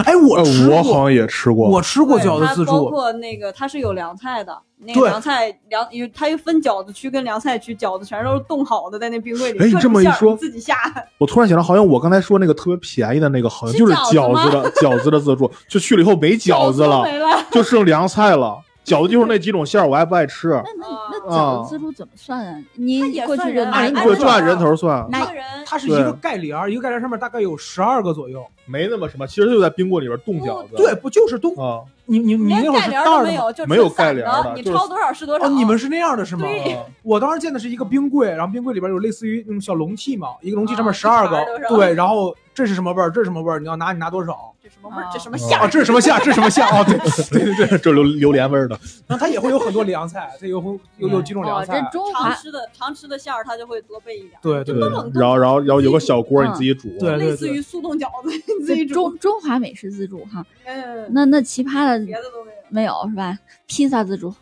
[SPEAKER 2] 哎，我吃
[SPEAKER 1] 呃我好
[SPEAKER 2] 过，
[SPEAKER 1] 像也吃过，
[SPEAKER 2] 我吃过饺子自
[SPEAKER 5] 它包
[SPEAKER 2] 助，
[SPEAKER 5] 括那个它是有凉菜的，那
[SPEAKER 2] 对
[SPEAKER 5] 个凉菜凉，有它又分饺子区跟凉菜区，饺子全都是冻好的，在那冰柜里。
[SPEAKER 1] 哎你
[SPEAKER 5] 各种
[SPEAKER 1] 这么一
[SPEAKER 5] 馅儿
[SPEAKER 1] 说
[SPEAKER 5] 自己下。
[SPEAKER 1] 我突然想到，好像我刚才说那个特别便宜的那个，好像就是
[SPEAKER 5] 是
[SPEAKER 1] 饺
[SPEAKER 5] 饺
[SPEAKER 1] 子
[SPEAKER 5] 子
[SPEAKER 1] 的饺子的自助，就去了以后没饺子
[SPEAKER 5] 都 <laughs>
[SPEAKER 1] 了，
[SPEAKER 5] 没了，
[SPEAKER 1] 就剩凉菜了。饺子就是那几种馅儿，我爱不爱吃？
[SPEAKER 3] <laughs> 那那那
[SPEAKER 1] 啊
[SPEAKER 2] 哦
[SPEAKER 3] 饺子自助怎么算啊？你
[SPEAKER 5] 也
[SPEAKER 3] 过去
[SPEAKER 5] 算
[SPEAKER 3] 就
[SPEAKER 5] 人
[SPEAKER 3] 拿
[SPEAKER 5] 啊
[SPEAKER 3] 一
[SPEAKER 5] 哎
[SPEAKER 3] 个
[SPEAKER 1] 对，
[SPEAKER 5] 那
[SPEAKER 1] 就按人头算。
[SPEAKER 3] 那
[SPEAKER 5] 一个人
[SPEAKER 2] 它是一个
[SPEAKER 1] 对
[SPEAKER 2] 盖帘儿，一个盖帘儿上面大概有十二个左右。
[SPEAKER 1] 没那么什么，其实就在冰棍里边冻饺子。
[SPEAKER 2] 对，不就是冬？
[SPEAKER 1] 啊，
[SPEAKER 2] 你 <laughs> 你你
[SPEAKER 5] 连
[SPEAKER 2] 那会儿
[SPEAKER 5] 盖
[SPEAKER 2] 是
[SPEAKER 5] 帘
[SPEAKER 2] 袋
[SPEAKER 5] 都
[SPEAKER 2] 儿的
[SPEAKER 5] 没
[SPEAKER 2] 吗？
[SPEAKER 5] 有，就
[SPEAKER 1] 没有
[SPEAKER 5] 纯散
[SPEAKER 1] 盖帘儿
[SPEAKER 5] 的
[SPEAKER 1] 的
[SPEAKER 5] 你
[SPEAKER 1] 就是
[SPEAKER 5] 超多少 <laughs> 是多少。
[SPEAKER 2] 啊哦，你们是那样的是吗？
[SPEAKER 5] 对
[SPEAKER 1] 啊
[SPEAKER 2] 我当时见的是一个冰柜，然后冰柜里边有类似于那种小笼屉嘛，一个笼屉上面
[SPEAKER 5] 啊
[SPEAKER 2] 十二
[SPEAKER 5] 一盘儿
[SPEAKER 2] 个
[SPEAKER 5] 都是，吧
[SPEAKER 2] 对，然后这是什么味儿，这是什么味儿，你要拿你拿多少？
[SPEAKER 5] 这什么味儿？这什么
[SPEAKER 1] 啊
[SPEAKER 5] 馅
[SPEAKER 2] 啊，
[SPEAKER 5] 儿？
[SPEAKER 2] 这是什么馅儿？这是什么馅儿？哦，对，
[SPEAKER 1] <laughs> 对对对，这榴榴莲味儿的，
[SPEAKER 2] 然后它也会有很多凉菜，它有
[SPEAKER 5] <laughs>
[SPEAKER 2] 有有几种
[SPEAKER 3] 哦，
[SPEAKER 2] 凉
[SPEAKER 3] 这
[SPEAKER 1] 啊
[SPEAKER 2] 菜，
[SPEAKER 3] 中
[SPEAKER 5] 常
[SPEAKER 3] 华
[SPEAKER 5] 吃的常吃的馅儿，它就会多备一点儿，
[SPEAKER 2] 对对对，。
[SPEAKER 1] 对然后然后然后有个小锅，
[SPEAKER 3] 嗯
[SPEAKER 1] 你自己煮。
[SPEAKER 2] 对
[SPEAKER 5] 类似于速冻饺子，你自己煮。
[SPEAKER 3] 这中中华美食自助哈，
[SPEAKER 5] 嗯，
[SPEAKER 3] 那那其他的
[SPEAKER 5] 别的都没有。
[SPEAKER 3] 没有是吧？披萨自助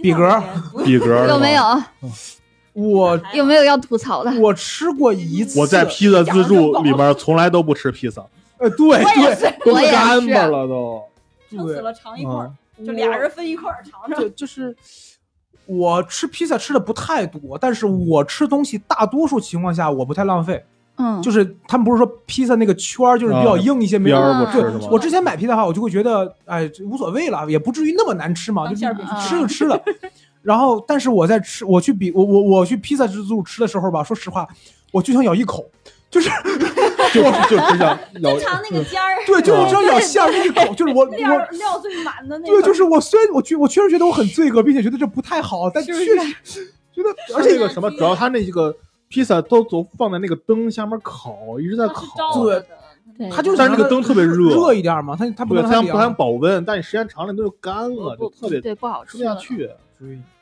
[SPEAKER 2] 比格儿
[SPEAKER 5] 不
[SPEAKER 1] 比格
[SPEAKER 3] 有没有？？
[SPEAKER 2] <laughs> 我
[SPEAKER 5] 还
[SPEAKER 3] 有没有要吐槽的？
[SPEAKER 2] 我吃过一次，
[SPEAKER 1] 我在披萨自助里面从来都不吃披萨，
[SPEAKER 2] 呃，对对
[SPEAKER 1] 都
[SPEAKER 3] 我也
[SPEAKER 1] 干巴
[SPEAKER 3] 是，
[SPEAKER 1] 了都。
[SPEAKER 5] 撑死了尝一块儿，
[SPEAKER 2] 对，
[SPEAKER 5] 就俩人分一块儿尝
[SPEAKER 2] 嗯
[SPEAKER 5] 尝。
[SPEAKER 2] 对，就是我吃披萨吃的不太多，但是我吃东西大多数情况下我不太浪费，
[SPEAKER 3] 嗯，
[SPEAKER 2] 就是他们不是说披萨那个圈儿就是比较
[SPEAKER 1] 啊
[SPEAKER 2] 硬一些，没
[SPEAKER 1] 边
[SPEAKER 2] 有
[SPEAKER 1] 儿不
[SPEAKER 3] 嗯
[SPEAKER 1] 吃
[SPEAKER 2] 对
[SPEAKER 1] 是吗？
[SPEAKER 2] 我之前买披萨的话，我就会觉得，哎，这无所谓了，也不至于那么难吃嘛，就
[SPEAKER 5] 当
[SPEAKER 2] 是
[SPEAKER 5] 馅儿饼
[SPEAKER 2] 吃就吃了。然后，但是我在吃，我去比我我我去披萨自助吃的时候吧，说实话，我就想咬一口，就是
[SPEAKER 1] 就就只 <laughs> 想咬
[SPEAKER 5] 就。尝那个尖儿，
[SPEAKER 2] 对，就我
[SPEAKER 1] 啊
[SPEAKER 2] 只要咬馅儿那一口，就是
[SPEAKER 5] <laughs>
[SPEAKER 2] 我
[SPEAKER 5] 料
[SPEAKER 2] 我
[SPEAKER 5] 儿料最满的那
[SPEAKER 2] 对，
[SPEAKER 5] 个。
[SPEAKER 2] 就是我虽然我觉我确实觉得我很罪恶，并且觉得这不太好，但确实觉得
[SPEAKER 1] 而且那个什么，主要它那几个披萨都都放在那个灯下面烤，一直在
[SPEAKER 5] 它是
[SPEAKER 1] 烤
[SPEAKER 5] 招。
[SPEAKER 2] 对
[SPEAKER 5] 的
[SPEAKER 3] 对
[SPEAKER 2] 它就
[SPEAKER 1] 但是那个灯特别热
[SPEAKER 2] 热一点嘛，它它不
[SPEAKER 1] 对，
[SPEAKER 2] 能
[SPEAKER 1] 它
[SPEAKER 2] 太
[SPEAKER 1] 想不想
[SPEAKER 2] 凉。
[SPEAKER 1] 保温，但你时间长了那就干了，就
[SPEAKER 3] 不
[SPEAKER 1] 特别
[SPEAKER 3] 对不好
[SPEAKER 1] 吃
[SPEAKER 3] 吃
[SPEAKER 1] 不下
[SPEAKER 3] 了。
[SPEAKER 1] 去。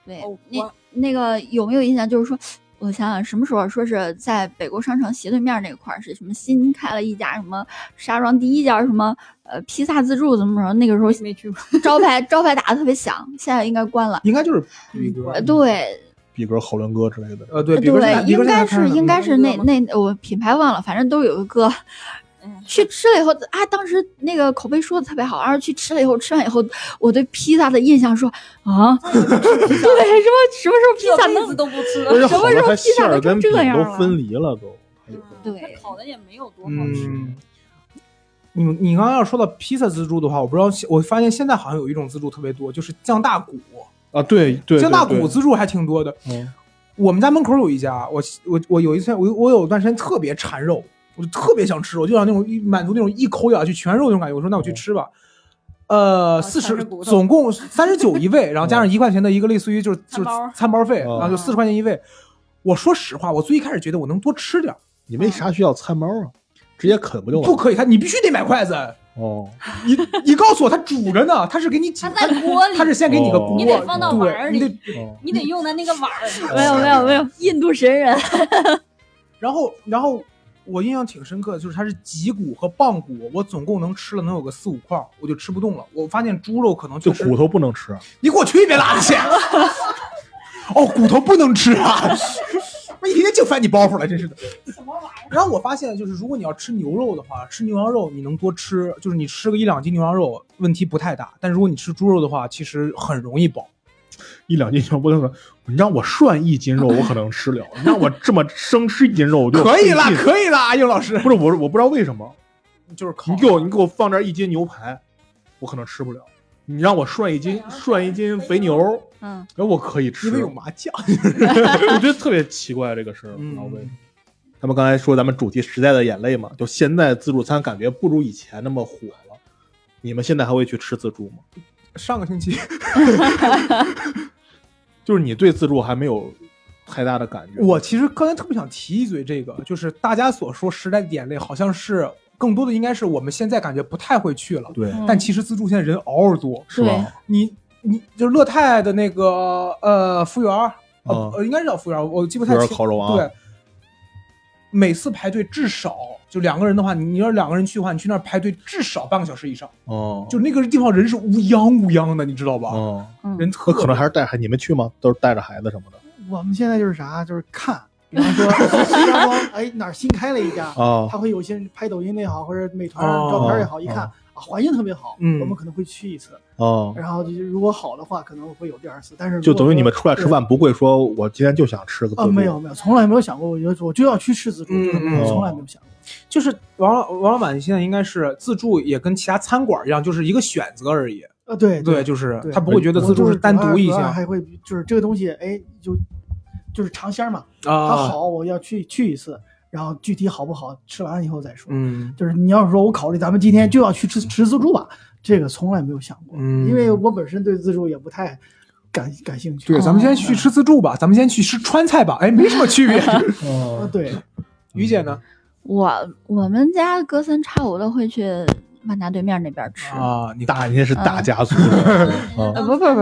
[SPEAKER 3] 对
[SPEAKER 5] 哦，
[SPEAKER 3] 那
[SPEAKER 5] 我
[SPEAKER 3] 那个有没有印象？就是说，我想想什么时候说是在北国商城斜对面那块儿是什么新开了一家什么石家庄第一家什么呃披萨自助怎么着？那个时候
[SPEAKER 5] 没没去过，
[SPEAKER 3] 招牌招牌打的特别响，现在应该关了。
[SPEAKER 2] 应该就是
[SPEAKER 1] 嗯
[SPEAKER 2] 比格
[SPEAKER 3] 呃，，对
[SPEAKER 1] 比格、侯伦哥之类的，
[SPEAKER 2] 呃，对，比格
[SPEAKER 3] 对，应该是
[SPEAKER 2] 嗯
[SPEAKER 3] 应该是那
[SPEAKER 2] 那。
[SPEAKER 3] 那我品牌忘了，反正都有一个
[SPEAKER 5] 嗯。
[SPEAKER 3] 去吃了以后啊，当时那个口碑说的特别好，然后去吃了以后，吃完以后，我对披萨的印象说 <laughs> 啊，对，什么什么时候披
[SPEAKER 5] 这
[SPEAKER 3] 萨
[SPEAKER 5] 辈
[SPEAKER 3] 能
[SPEAKER 5] 子都不吃了
[SPEAKER 1] 而且。
[SPEAKER 3] 什
[SPEAKER 1] 好
[SPEAKER 3] 么时
[SPEAKER 1] 多
[SPEAKER 3] 候
[SPEAKER 1] 它
[SPEAKER 3] 披萨
[SPEAKER 1] 馅儿
[SPEAKER 3] 都
[SPEAKER 1] 跟
[SPEAKER 3] 成
[SPEAKER 1] 饼
[SPEAKER 3] 这样
[SPEAKER 1] 都
[SPEAKER 3] 了？嗯
[SPEAKER 1] 分离了都。
[SPEAKER 3] 对
[SPEAKER 5] 它嗯烤的也没有多好吃。
[SPEAKER 2] 嗯，你你刚刚要说到披萨自助的话，我不知道现，我发现现在好像有一种自助特别多，就是酱大骨，
[SPEAKER 1] 啊，对对，
[SPEAKER 2] 酱
[SPEAKER 1] 对
[SPEAKER 2] 大
[SPEAKER 1] 对
[SPEAKER 2] 骨自助还挺多的。
[SPEAKER 1] 嗯
[SPEAKER 2] 我们家门口有一家，我我我有一次，我我有段时间特别馋肉，我就特别想吃，我就想那种一满足那种一口咬下去全肉那种感觉。我说那我去吃吧，呃，四
[SPEAKER 5] 全
[SPEAKER 2] 十
[SPEAKER 5] 是哦骨头
[SPEAKER 2] 总共三十九一位，然后
[SPEAKER 1] 嗯
[SPEAKER 2] 加上一块钱的一个类似于就是就是
[SPEAKER 5] 餐包
[SPEAKER 2] 餐包费，
[SPEAKER 1] 哦
[SPEAKER 2] 然后就四十块钱一位。我说实话，我最一开始觉得我能多吃点儿，
[SPEAKER 1] 你为啥需要餐包啊？直接啃不就完？
[SPEAKER 2] 不可以，他你必须得买筷子。
[SPEAKER 1] 哦，
[SPEAKER 2] 你你告诉我，它煮着呢，它是给你挤
[SPEAKER 5] 它，在锅里，
[SPEAKER 2] 它是先给你个
[SPEAKER 1] 哦
[SPEAKER 2] 锅，
[SPEAKER 1] 你
[SPEAKER 5] 得放到碗儿里
[SPEAKER 2] 对你得
[SPEAKER 1] 哦
[SPEAKER 5] 你得用在那个碗儿里。
[SPEAKER 3] <laughs> 没有没有没有，印度神人，
[SPEAKER 2] 然后然后我印象挺深刻的就是它是脊骨和棒骨，我总共能吃了能有个四五块儿，我就吃不动了。我发现猪肉可能
[SPEAKER 1] 就
[SPEAKER 2] 就是
[SPEAKER 1] 骨头不能吃。啊
[SPEAKER 2] 你给我去一边拉去！ <laughs> 哦，骨头不能吃啊！ <laughs> 我一天天净翻你包袱了，真是的。
[SPEAKER 5] 什么玩意
[SPEAKER 2] 然后我发现，就是如果你要吃牛肉的话，吃牛羊肉你能多吃，就是你吃个一两斤牛羊肉问题不太大。但如果你吃猪肉的话，其实很容易饱。
[SPEAKER 1] 一两斤肉不能说，你让我涮一斤肉，我可能吃了；你让我这么生吃一斤肉，我就
[SPEAKER 2] 可以啦，
[SPEAKER 1] 费劲
[SPEAKER 2] 可以啦，英老师，
[SPEAKER 1] 不是我，我不知道为什么，
[SPEAKER 2] 就是烤
[SPEAKER 1] 你给我你给我放这儿一斤牛排，我可能吃不了；你让我涮一斤
[SPEAKER 2] 啊
[SPEAKER 5] 涮羊排
[SPEAKER 1] 涮一斤肥牛，
[SPEAKER 3] 嗯，
[SPEAKER 1] 然后我可以吃
[SPEAKER 2] 因。为有麻酱。
[SPEAKER 1] <laughs> 我觉得特别奇怪这个事儿，不知道为什么。他们刚才说嗯咱们主题时代的眼泪嘛，就现在自助餐感觉不如以前那么火了。你们现在还会去吃自助吗？
[SPEAKER 2] <laughs> 上个星期，
[SPEAKER 1] 就是你对自助还没有太大的感觉。
[SPEAKER 2] 我其实刚才特别想提一嘴这个，就是大家所说时代的眼泪，好像是更多的应该是我们现在感觉不太会去了，
[SPEAKER 1] 对，
[SPEAKER 2] 但其实自助现在人嗷嗷多，
[SPEAKER 1] 是吧？
[SPEAKER 2] 你你就是乐泰的那个呃服务员儿，呃
[SPEAKER 1] 嗯
[SPEAKER 2] 呃应该是叫服务员儿，我记不
[SPEAKER 1] 服
[SPEAKER 2] 太
[SPEAKER 1] 务员
[SPEAKER 2] 清。
[SPEAKER 1] 烤肉啊
[SPEAKER 2] 对，每次排队至少就两个人的话，你你要是两个人去的话，你去那儿排队至少半个小时以上，
[SPEAKER 1] 哦，
[SPEAKER 2] 就那个地方人是乌泱乌泱的，你知道吧？
[SPEAKER 1] 哦，
[SPEAKER 3] 嗯
[SPEAKER 2] 人特
[SPEAKER 1] 我可能还是带孩，你们去吗？都是带着孩子什么的
[SPEAKER 4] 我们现在就是啥，就是看，比方说石家庄，哎哪儿新开了一家，
[SPEAKER 1] 啊。
[SPEAKER 4] 他会有些人拍抖音也好，或者美团
[SPEAKER 2] 哦
[SPEAKER 4] 上照片也好，一看
[SPEAKER 1] 哦
[SPEAKER 4] 啊环境特别好，
[SPEAKER 2] 嗯
[SPEAKER 4] 我们可能会去一次，
[SPEAKER 1] 哦，
[SPEAKER 4] 然后就是如果好的话，可能会有第二次，但是如
[SPEAKER 1] 就
[SPEAKER 4] 果
[SPEAKER 1] 等于
[SPEAKER 4] 说
[SPEAKER 1] 你们出来吃饭不会说，我今天就想吃个自
[SPEAKER 4] 啊
[SPEAKER 1] 助。
[SPEAKER 4] 没有没有，从来没有想过，我就我就要去吃自助，
[SPEAKER 2] 嗯嗯
[SPEAKER 4] 从
[SPEAKER 1] 哦
[SPEAKER 4] 来没有想过。
[SPEAKER 2] 就是王老王老板现在应该是自助，也跟其他餐馆一样，就是一个选择而已。
[SPEAKER 4] 啊对
[SPEAKER 2] 对，就是
[SPEAKER 4] 对
[SPEAKER 2] 他不会觉得自助
[SPEAKER 4] 我就是
[SPEAKER 2] 单独一
[SPEAKER 4] 主要主要
[SPEAKER 2] 项
[SPEAKER 4] 还会就是这个东西，哎，就就是尝鲜嘛，它
[SPEAKER 2] 啊。
[SPEAKER 4] 好，我要去去一次。然后具体好不好吃完了以后再说。
[SPEAKER 6] 嗯
[SPEAKER 4] 就是你要是说我考虑咱们今天就要去吃吃自助吧，这个从来没有想过，
[SPEAKER 6] 嗯
[SPEAKER 4] 因为我本身对自助也不太感感兴趣。
[SPEAKER 2] 对，咱们先
[SPEAKER 3] 哦
[SPEAKER 2] 去吃自助吧，咱们先去吃川菜吧，哎，没什么区别。 <laughs>
[SPEAKER 4] 啊
[SPEAKER 1] 哦，
[SPEAKER 4] 对，
[SPEAKER 2] 于姐呢？
[SPEAKER 3] 我我们家隔三差五的会去万达对面那边吃，
[SPEAKER 2] 啊，你
[SPEAKER 1] 大您是
[SPEAKER 3] 嗯
[SPEAKER 1] 大家
[SPEAKER 3] <laughs>
[SPEAKER 1] 族的，
[SPEAKER 3] 呃不不不不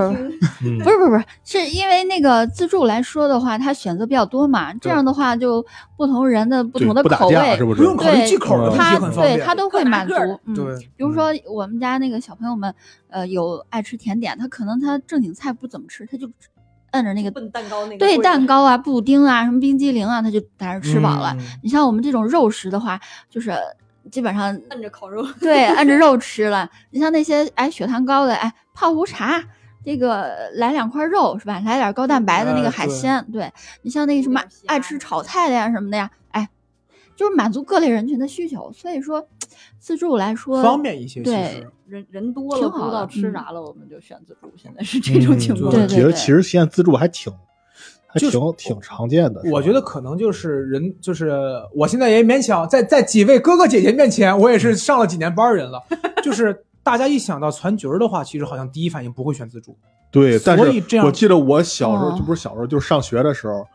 [SPEAKER 1] 嗯
[SPEAKER 3] 不是不是不是，是因为那个自助来说的话，它选择比较多嘛，这样的话就不同人的不
[SPEAKER 1] 对，
[SPEAKER 3] 同的
[SPEAKER 1] 不打
[SPEAKER 3] 口
[SPEAKER 1] 架
[SPEAKER 3] 味
[SPEAKER 1] 是，不是？
[SPEAKER 2] 不用考虑
[SPEAKER 3] 对
[SPEAKER 2] 忌口的问题
[SPEAKER 3] 他
[SPEAKER 2] 很方
[SPEAKER 3] 对
[SPEAKER 2] 便。
[SPEAKER 3] 他都会
[SPEAKER 5] 各拿
[SPEAKER 3] 满足
[SPEAKER 5] 各儿。
[SPEAKER 3] 嗯，
[SPEAKER 2] 对
[SPEAKER 3] 比如说我们家那个小朋友们，呃，有爱吃甜点，他可能他正经菜不怎么吃，他就摁着那个
[SPEAKER 5] 笨蛋糕那个
[SPEAKER 3] 对
[SPEAKER 5] 柜
[SPEAKER 3] 蛋糕啊、布丁啊、什么冰激凌啊，他就在那儿吃饱了。
[SPEAKER 2] 嗯
[SPEAKER 3] 你像我们这种肉食的话，就是基本上
[SPEAKER 5] 摁着烤
[SPEAKER 2] <laughs>
[SPEAKER 5] 肉，
[SPEAKER 3] 对，按着肉吃了。你像那些哎血糖高的，哎泡壶茶，这个来两块肉是吧？来点高蛋白的那
[SPEAKER 2] 呃
[SPEAKER 3] 个海
[SPEAKER 2] 对
[SPEAKER 3] 鲜，对你像那个什么
[SPEAKER 5] 有点
[SPEAKER 3] 爱
[SPEAKER 5] 咸
[SPEAKER 3] 吃炒菜的呀什么的呀，哎，就是满足各类人群的需求。所以说，自助来说
[SPEAKER 2] 方便一些，其
[SPEAKER 3] 对
[SPEAKER 2] 实
[SPEAKER 5] 人人多了
[SPEAKER 3] 挺
[SPEAKER 5] 不
[SPEAKER 3] 好
[SPEAKER 5] 知道
[SPEAKER 3] 的
[SPEAKER 5] 吃
[SPEAKER 3] 嗯
[SPEAKER 5] 啥了，我们就选自助。现在是这种情况，
[SPEAKER 3] 对
[SPEAKER 1] 我
[SPEAKER 3] 对
[SPEAKER 1] 觉得嗯其实现在自助还挺，还挺挺常见的。是吧
[SPEAKER 2] 我觉得可能就是人，就是我现在也勉强在在几位哥哥姐姐面前，我也是上了几年班儿人了，就是。大家一想到攒局儿的话，其实好像第一反应不会选自助。
[SPEAKER 1] 对，但
[SPEAKER 2] 所以这
[SPEAKER 1] 是
[SPEAKER 2] 样
[SPEAKER 1] 我记得我小时候
[SPEAKER 3] 哦
[SPEAKER 1] 就不是小时候，就是上学的时候，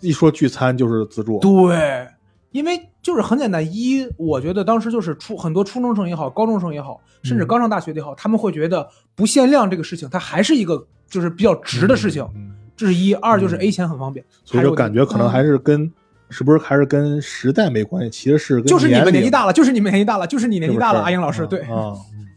[SPEAKER 1] 一说聚餐就是自助。
[SPEAKER 2] 对，因为就是很简单，一我觉得当时就是初很多初中生也好，高中生也好，甚至
[SPEAKER 1] 嗯
[SPEAKER 2] 刚上大学的也好，他们会觉得不限量这个事情，它还是一个就是比较值的事情。
[SPEAKER 1] 嗯，
[SPEAKER 2] 这是一，二就是
[SPEAKER 1] 嗯
[SPEAKER 2] A 钱很方便，
[SPEAKER 1] 所
[SPEAKER 2] 还
[SPEAKER 1] 以就
[SPEAKER 2] 有嗯
[SPEAKER 1] 感觉可能还是跟是不是还是跟时代没关系，其实是跟
[SPEAKER 2] 就是你们
[SPEAKER 1] 年
[SPEAKER 2] 年
[SPEAKER 1] 龄
[SPEAKER 2] 纪大了，就是你们年纪大了，就是你
[SPEAKER 1] 是
[SPEAKER 2] 年
[SPEAKER 1] 不
[SPEAKER 2] 纪
[SPEAKER 1] 是
[SPEAKER 2] 大了，阿英老师，对，
[SPEAKER 1] 啊，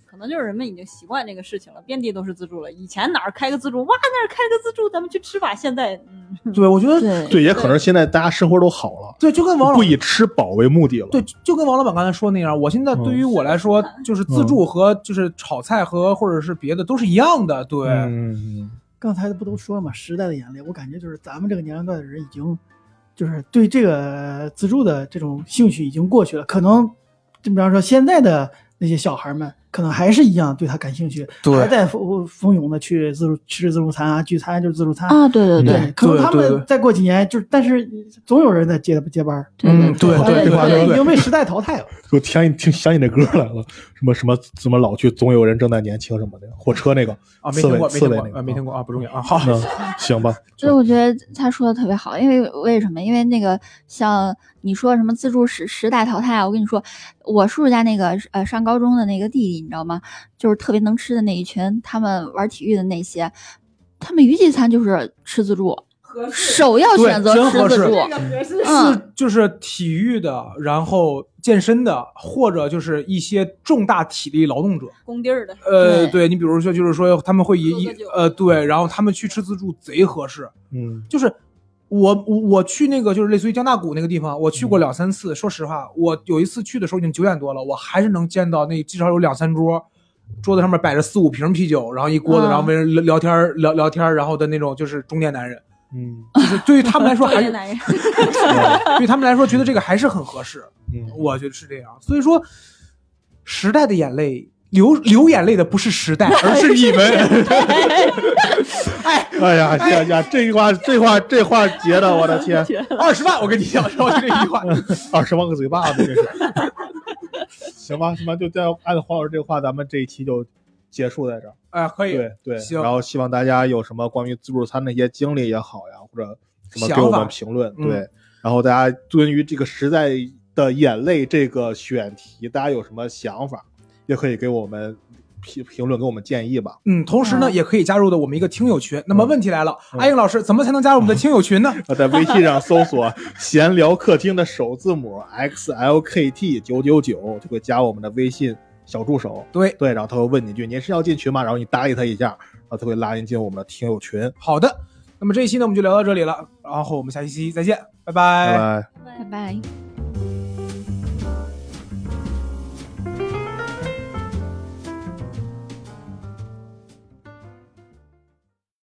[SPEAKER 5] 可能就是人们已经习惯这个事情了，遍地都是自助了。以前哪儿开个自助，哇，那儿开个自助，咱们去吃吧。现在，嗯，
[SPEAKER 2] 对，我觉得
[SPEAKER 3] 对
[SPEAKER 1] 对，也可能现在大家生活都好了，
[SPEAKER 2] 对，就跟王老
[SPEAKER 1] 不以吃饱为目的了。
[SPEAKER 2] 对，就跟王老板刚才说那样，我现在
[SPEAKER 1] 嗯
[SPEAKER 2] 对于我来说，就是自助和就是炒菜和或者是别的都是一样的，对，
[SPEAKER 1] 嗯，嗯，
[SPEAKER 4] 刚才不都说了嘛，时代的眼泪，我感觉就是咱们这个年龄段的人已经，就是对这个自助的这种兴趣已经过去了。可能，就比方说现在的那些小孩们，可能还是一样对他感兴趣，
[SPEAKER 2] 对
[SPEAKER 4] 还在蜂蜂拥的去自助吃自助餐啊，聚餐就是自助餐。
[SPEAKER 3] 啊，对对对
[SPEAKER 4] 对，可能他
[SPEAKER 2] 嗯对对对
[SPEAKER 4] 们再过几年就是，但是总有人在接接班儿，
[SPEAKER 2] 嗯，对
[SPEAKER 4] 咱们
[SPEAKER 2] 对
[SPEAKER 1] 对对
[SPEAKER 4] 已经被时代淘汰了。
[SPEAKER 1] 就听你听想起那歌来了，什么什么什么老去，总有人正在年轻什么的，火车那个
[SPEAKER 2] 啊，没
[SPEAKER 1] 刺
[SPEAKER 2] 听
[SPEAKER 1] 猬
[SPEAKER 2] 过，没
[SPEAKER 1] 刺
[SPEAKER 2] 听
[SPEAKER 1] 猬
[SPEAKER 2] 过
[SPEAKER 1] 那，个
[SPEAKER 2] 啊，没听过啊，不重要啊，好，
[SPEAKER 1] 嗯，行吧，
[SPEAKER 3] 所以我觉得他说的特别好，因为为什么？因为那个像你说什么自助时时代淘汰啊，我跟你说，我叔叔家那个呃上高中的那个弟弟，你知道吗？就是特别能吃的那一群，他们玩体育的那些，他们娱记餐就是吃自助，
[SPEAKER 5] 合适，
[SPEAKER 3] 首要选择
[SPEAKER 2] 对真
[SPEAKER 3] 吃
[SPEAKER 2] 合适
[SPEAKER 3] 自助
[SPEAKER 5] 这。个合适。
[SPEAKER 3] 嗯，
[SPEAKER 2] 是就是体育的，然后健身的，或者就是一些重大体力劳动者。
[SPEAKER 5] 工地儿的，
[SPEAKER 2] 呃，
[SPEAKER 3] 对
[SPEAKER 2] 对你比如说，就是说他们会以
[SPEAKER 5] 喝个
[SPEAKER 2] 一
[SPEAKER 5] 酒
[SPEAKER 2] 呃对，然后他们去吃自助贼合适。
[SPEAKER 1] 嗯，
[SPEAKER 2] 就是我我我去那个就是类似于江大谷那个地方，我去过两三次。说实话，我有一次去的时候已经九点多了，我还是能见到那至少有两三桌，桌子上面摆着四五瓶啤酒，然后一锅子，
[SPEAKER 3] 嗯
[SPEAKER 2] 然后没人聊聊天儿聊聊天儿，然后的那种就是中年男人，
[SPEAKER 1] 嗯
[SPEAKER 2] 就是对于他们来说还
[SPEAKER 5] 中
[SPEAKER 2] 是
[SPEAKER 5] 年 <laughs> 男人，
[SPEAKER 2] <laughs> 对于他们来说觉得这个还是很合适。
[SPEAKER 1] 嗯，
[SPEAKER 2] 我觉得是这样。所以说，时代的眼泪，流流眼泪的不是时代，而
[SPEAKER 1] 而
[SPEAKER 2] <laughs> 是
[SPEAKER 1] 是
[SPEAKER 5] <laughs>
[SPEAKER 1] 你们，
[SPEAKER 2] 哎
[SPEAKER 1] 哎呀呀呀，这话这话这话截的，我的天，
[SPEAKER 2] 二十万。我跟你讲，
[SPEAKER 1] <laughs>
[SPEAKER 2] 然后就这一句话，
[SPEAKER 1] 二十万个嘴巴子，这是。 <laughs> 行吧，行吧，就这样按照黄老师这个话，咱们这一期就结束在这儿。
[SPEAKER 2] 哎，可以。
[SPEAKER 1] 对对，
[SPEAKER 2] 行
[SPEAKER 1] 然后希望大家有什么关于自助餐的一些经历也好呀，或者什么
[SPEAKER 2] 想
[SPEAKER 1] 给我
[SPEAKER 2] 法
[SPEAKER 1] 们评论。
[SPEAKER 2] 嗯
[SPEAKER 1] 对，然后大家对于这个时代的眼泪这个选题，大家有什么想法，也可以给我们评评论，给我们建议吧。
[SPEAKER 2] 嗯，同时呢，也可以加入的我们一个听友群。那么问题来了，
[SPEAKER 1] 嗯
[SPEAKER 2] 阿英老师，怎么才能加入我们的听友群呢？
[SPEAKER 1] 啊在微信上搜索“闲聊客厅”的首字母 xlkt 九九九，就会加我们的微信小助手。
[SPEAKER 2] 对，
[SPEAKER 1] 对，然后他会问你一句：“您是要进群吗？”然后你答应他一下，然后他会拉您进我们的听友群。
[SPEAKER 2] 好的。那么这一期呢，我们就聊到这里了，然后我们下一期再见，拜
[SPEAKER 1] 拜拜。
[SPEAKER 3] 拜拜。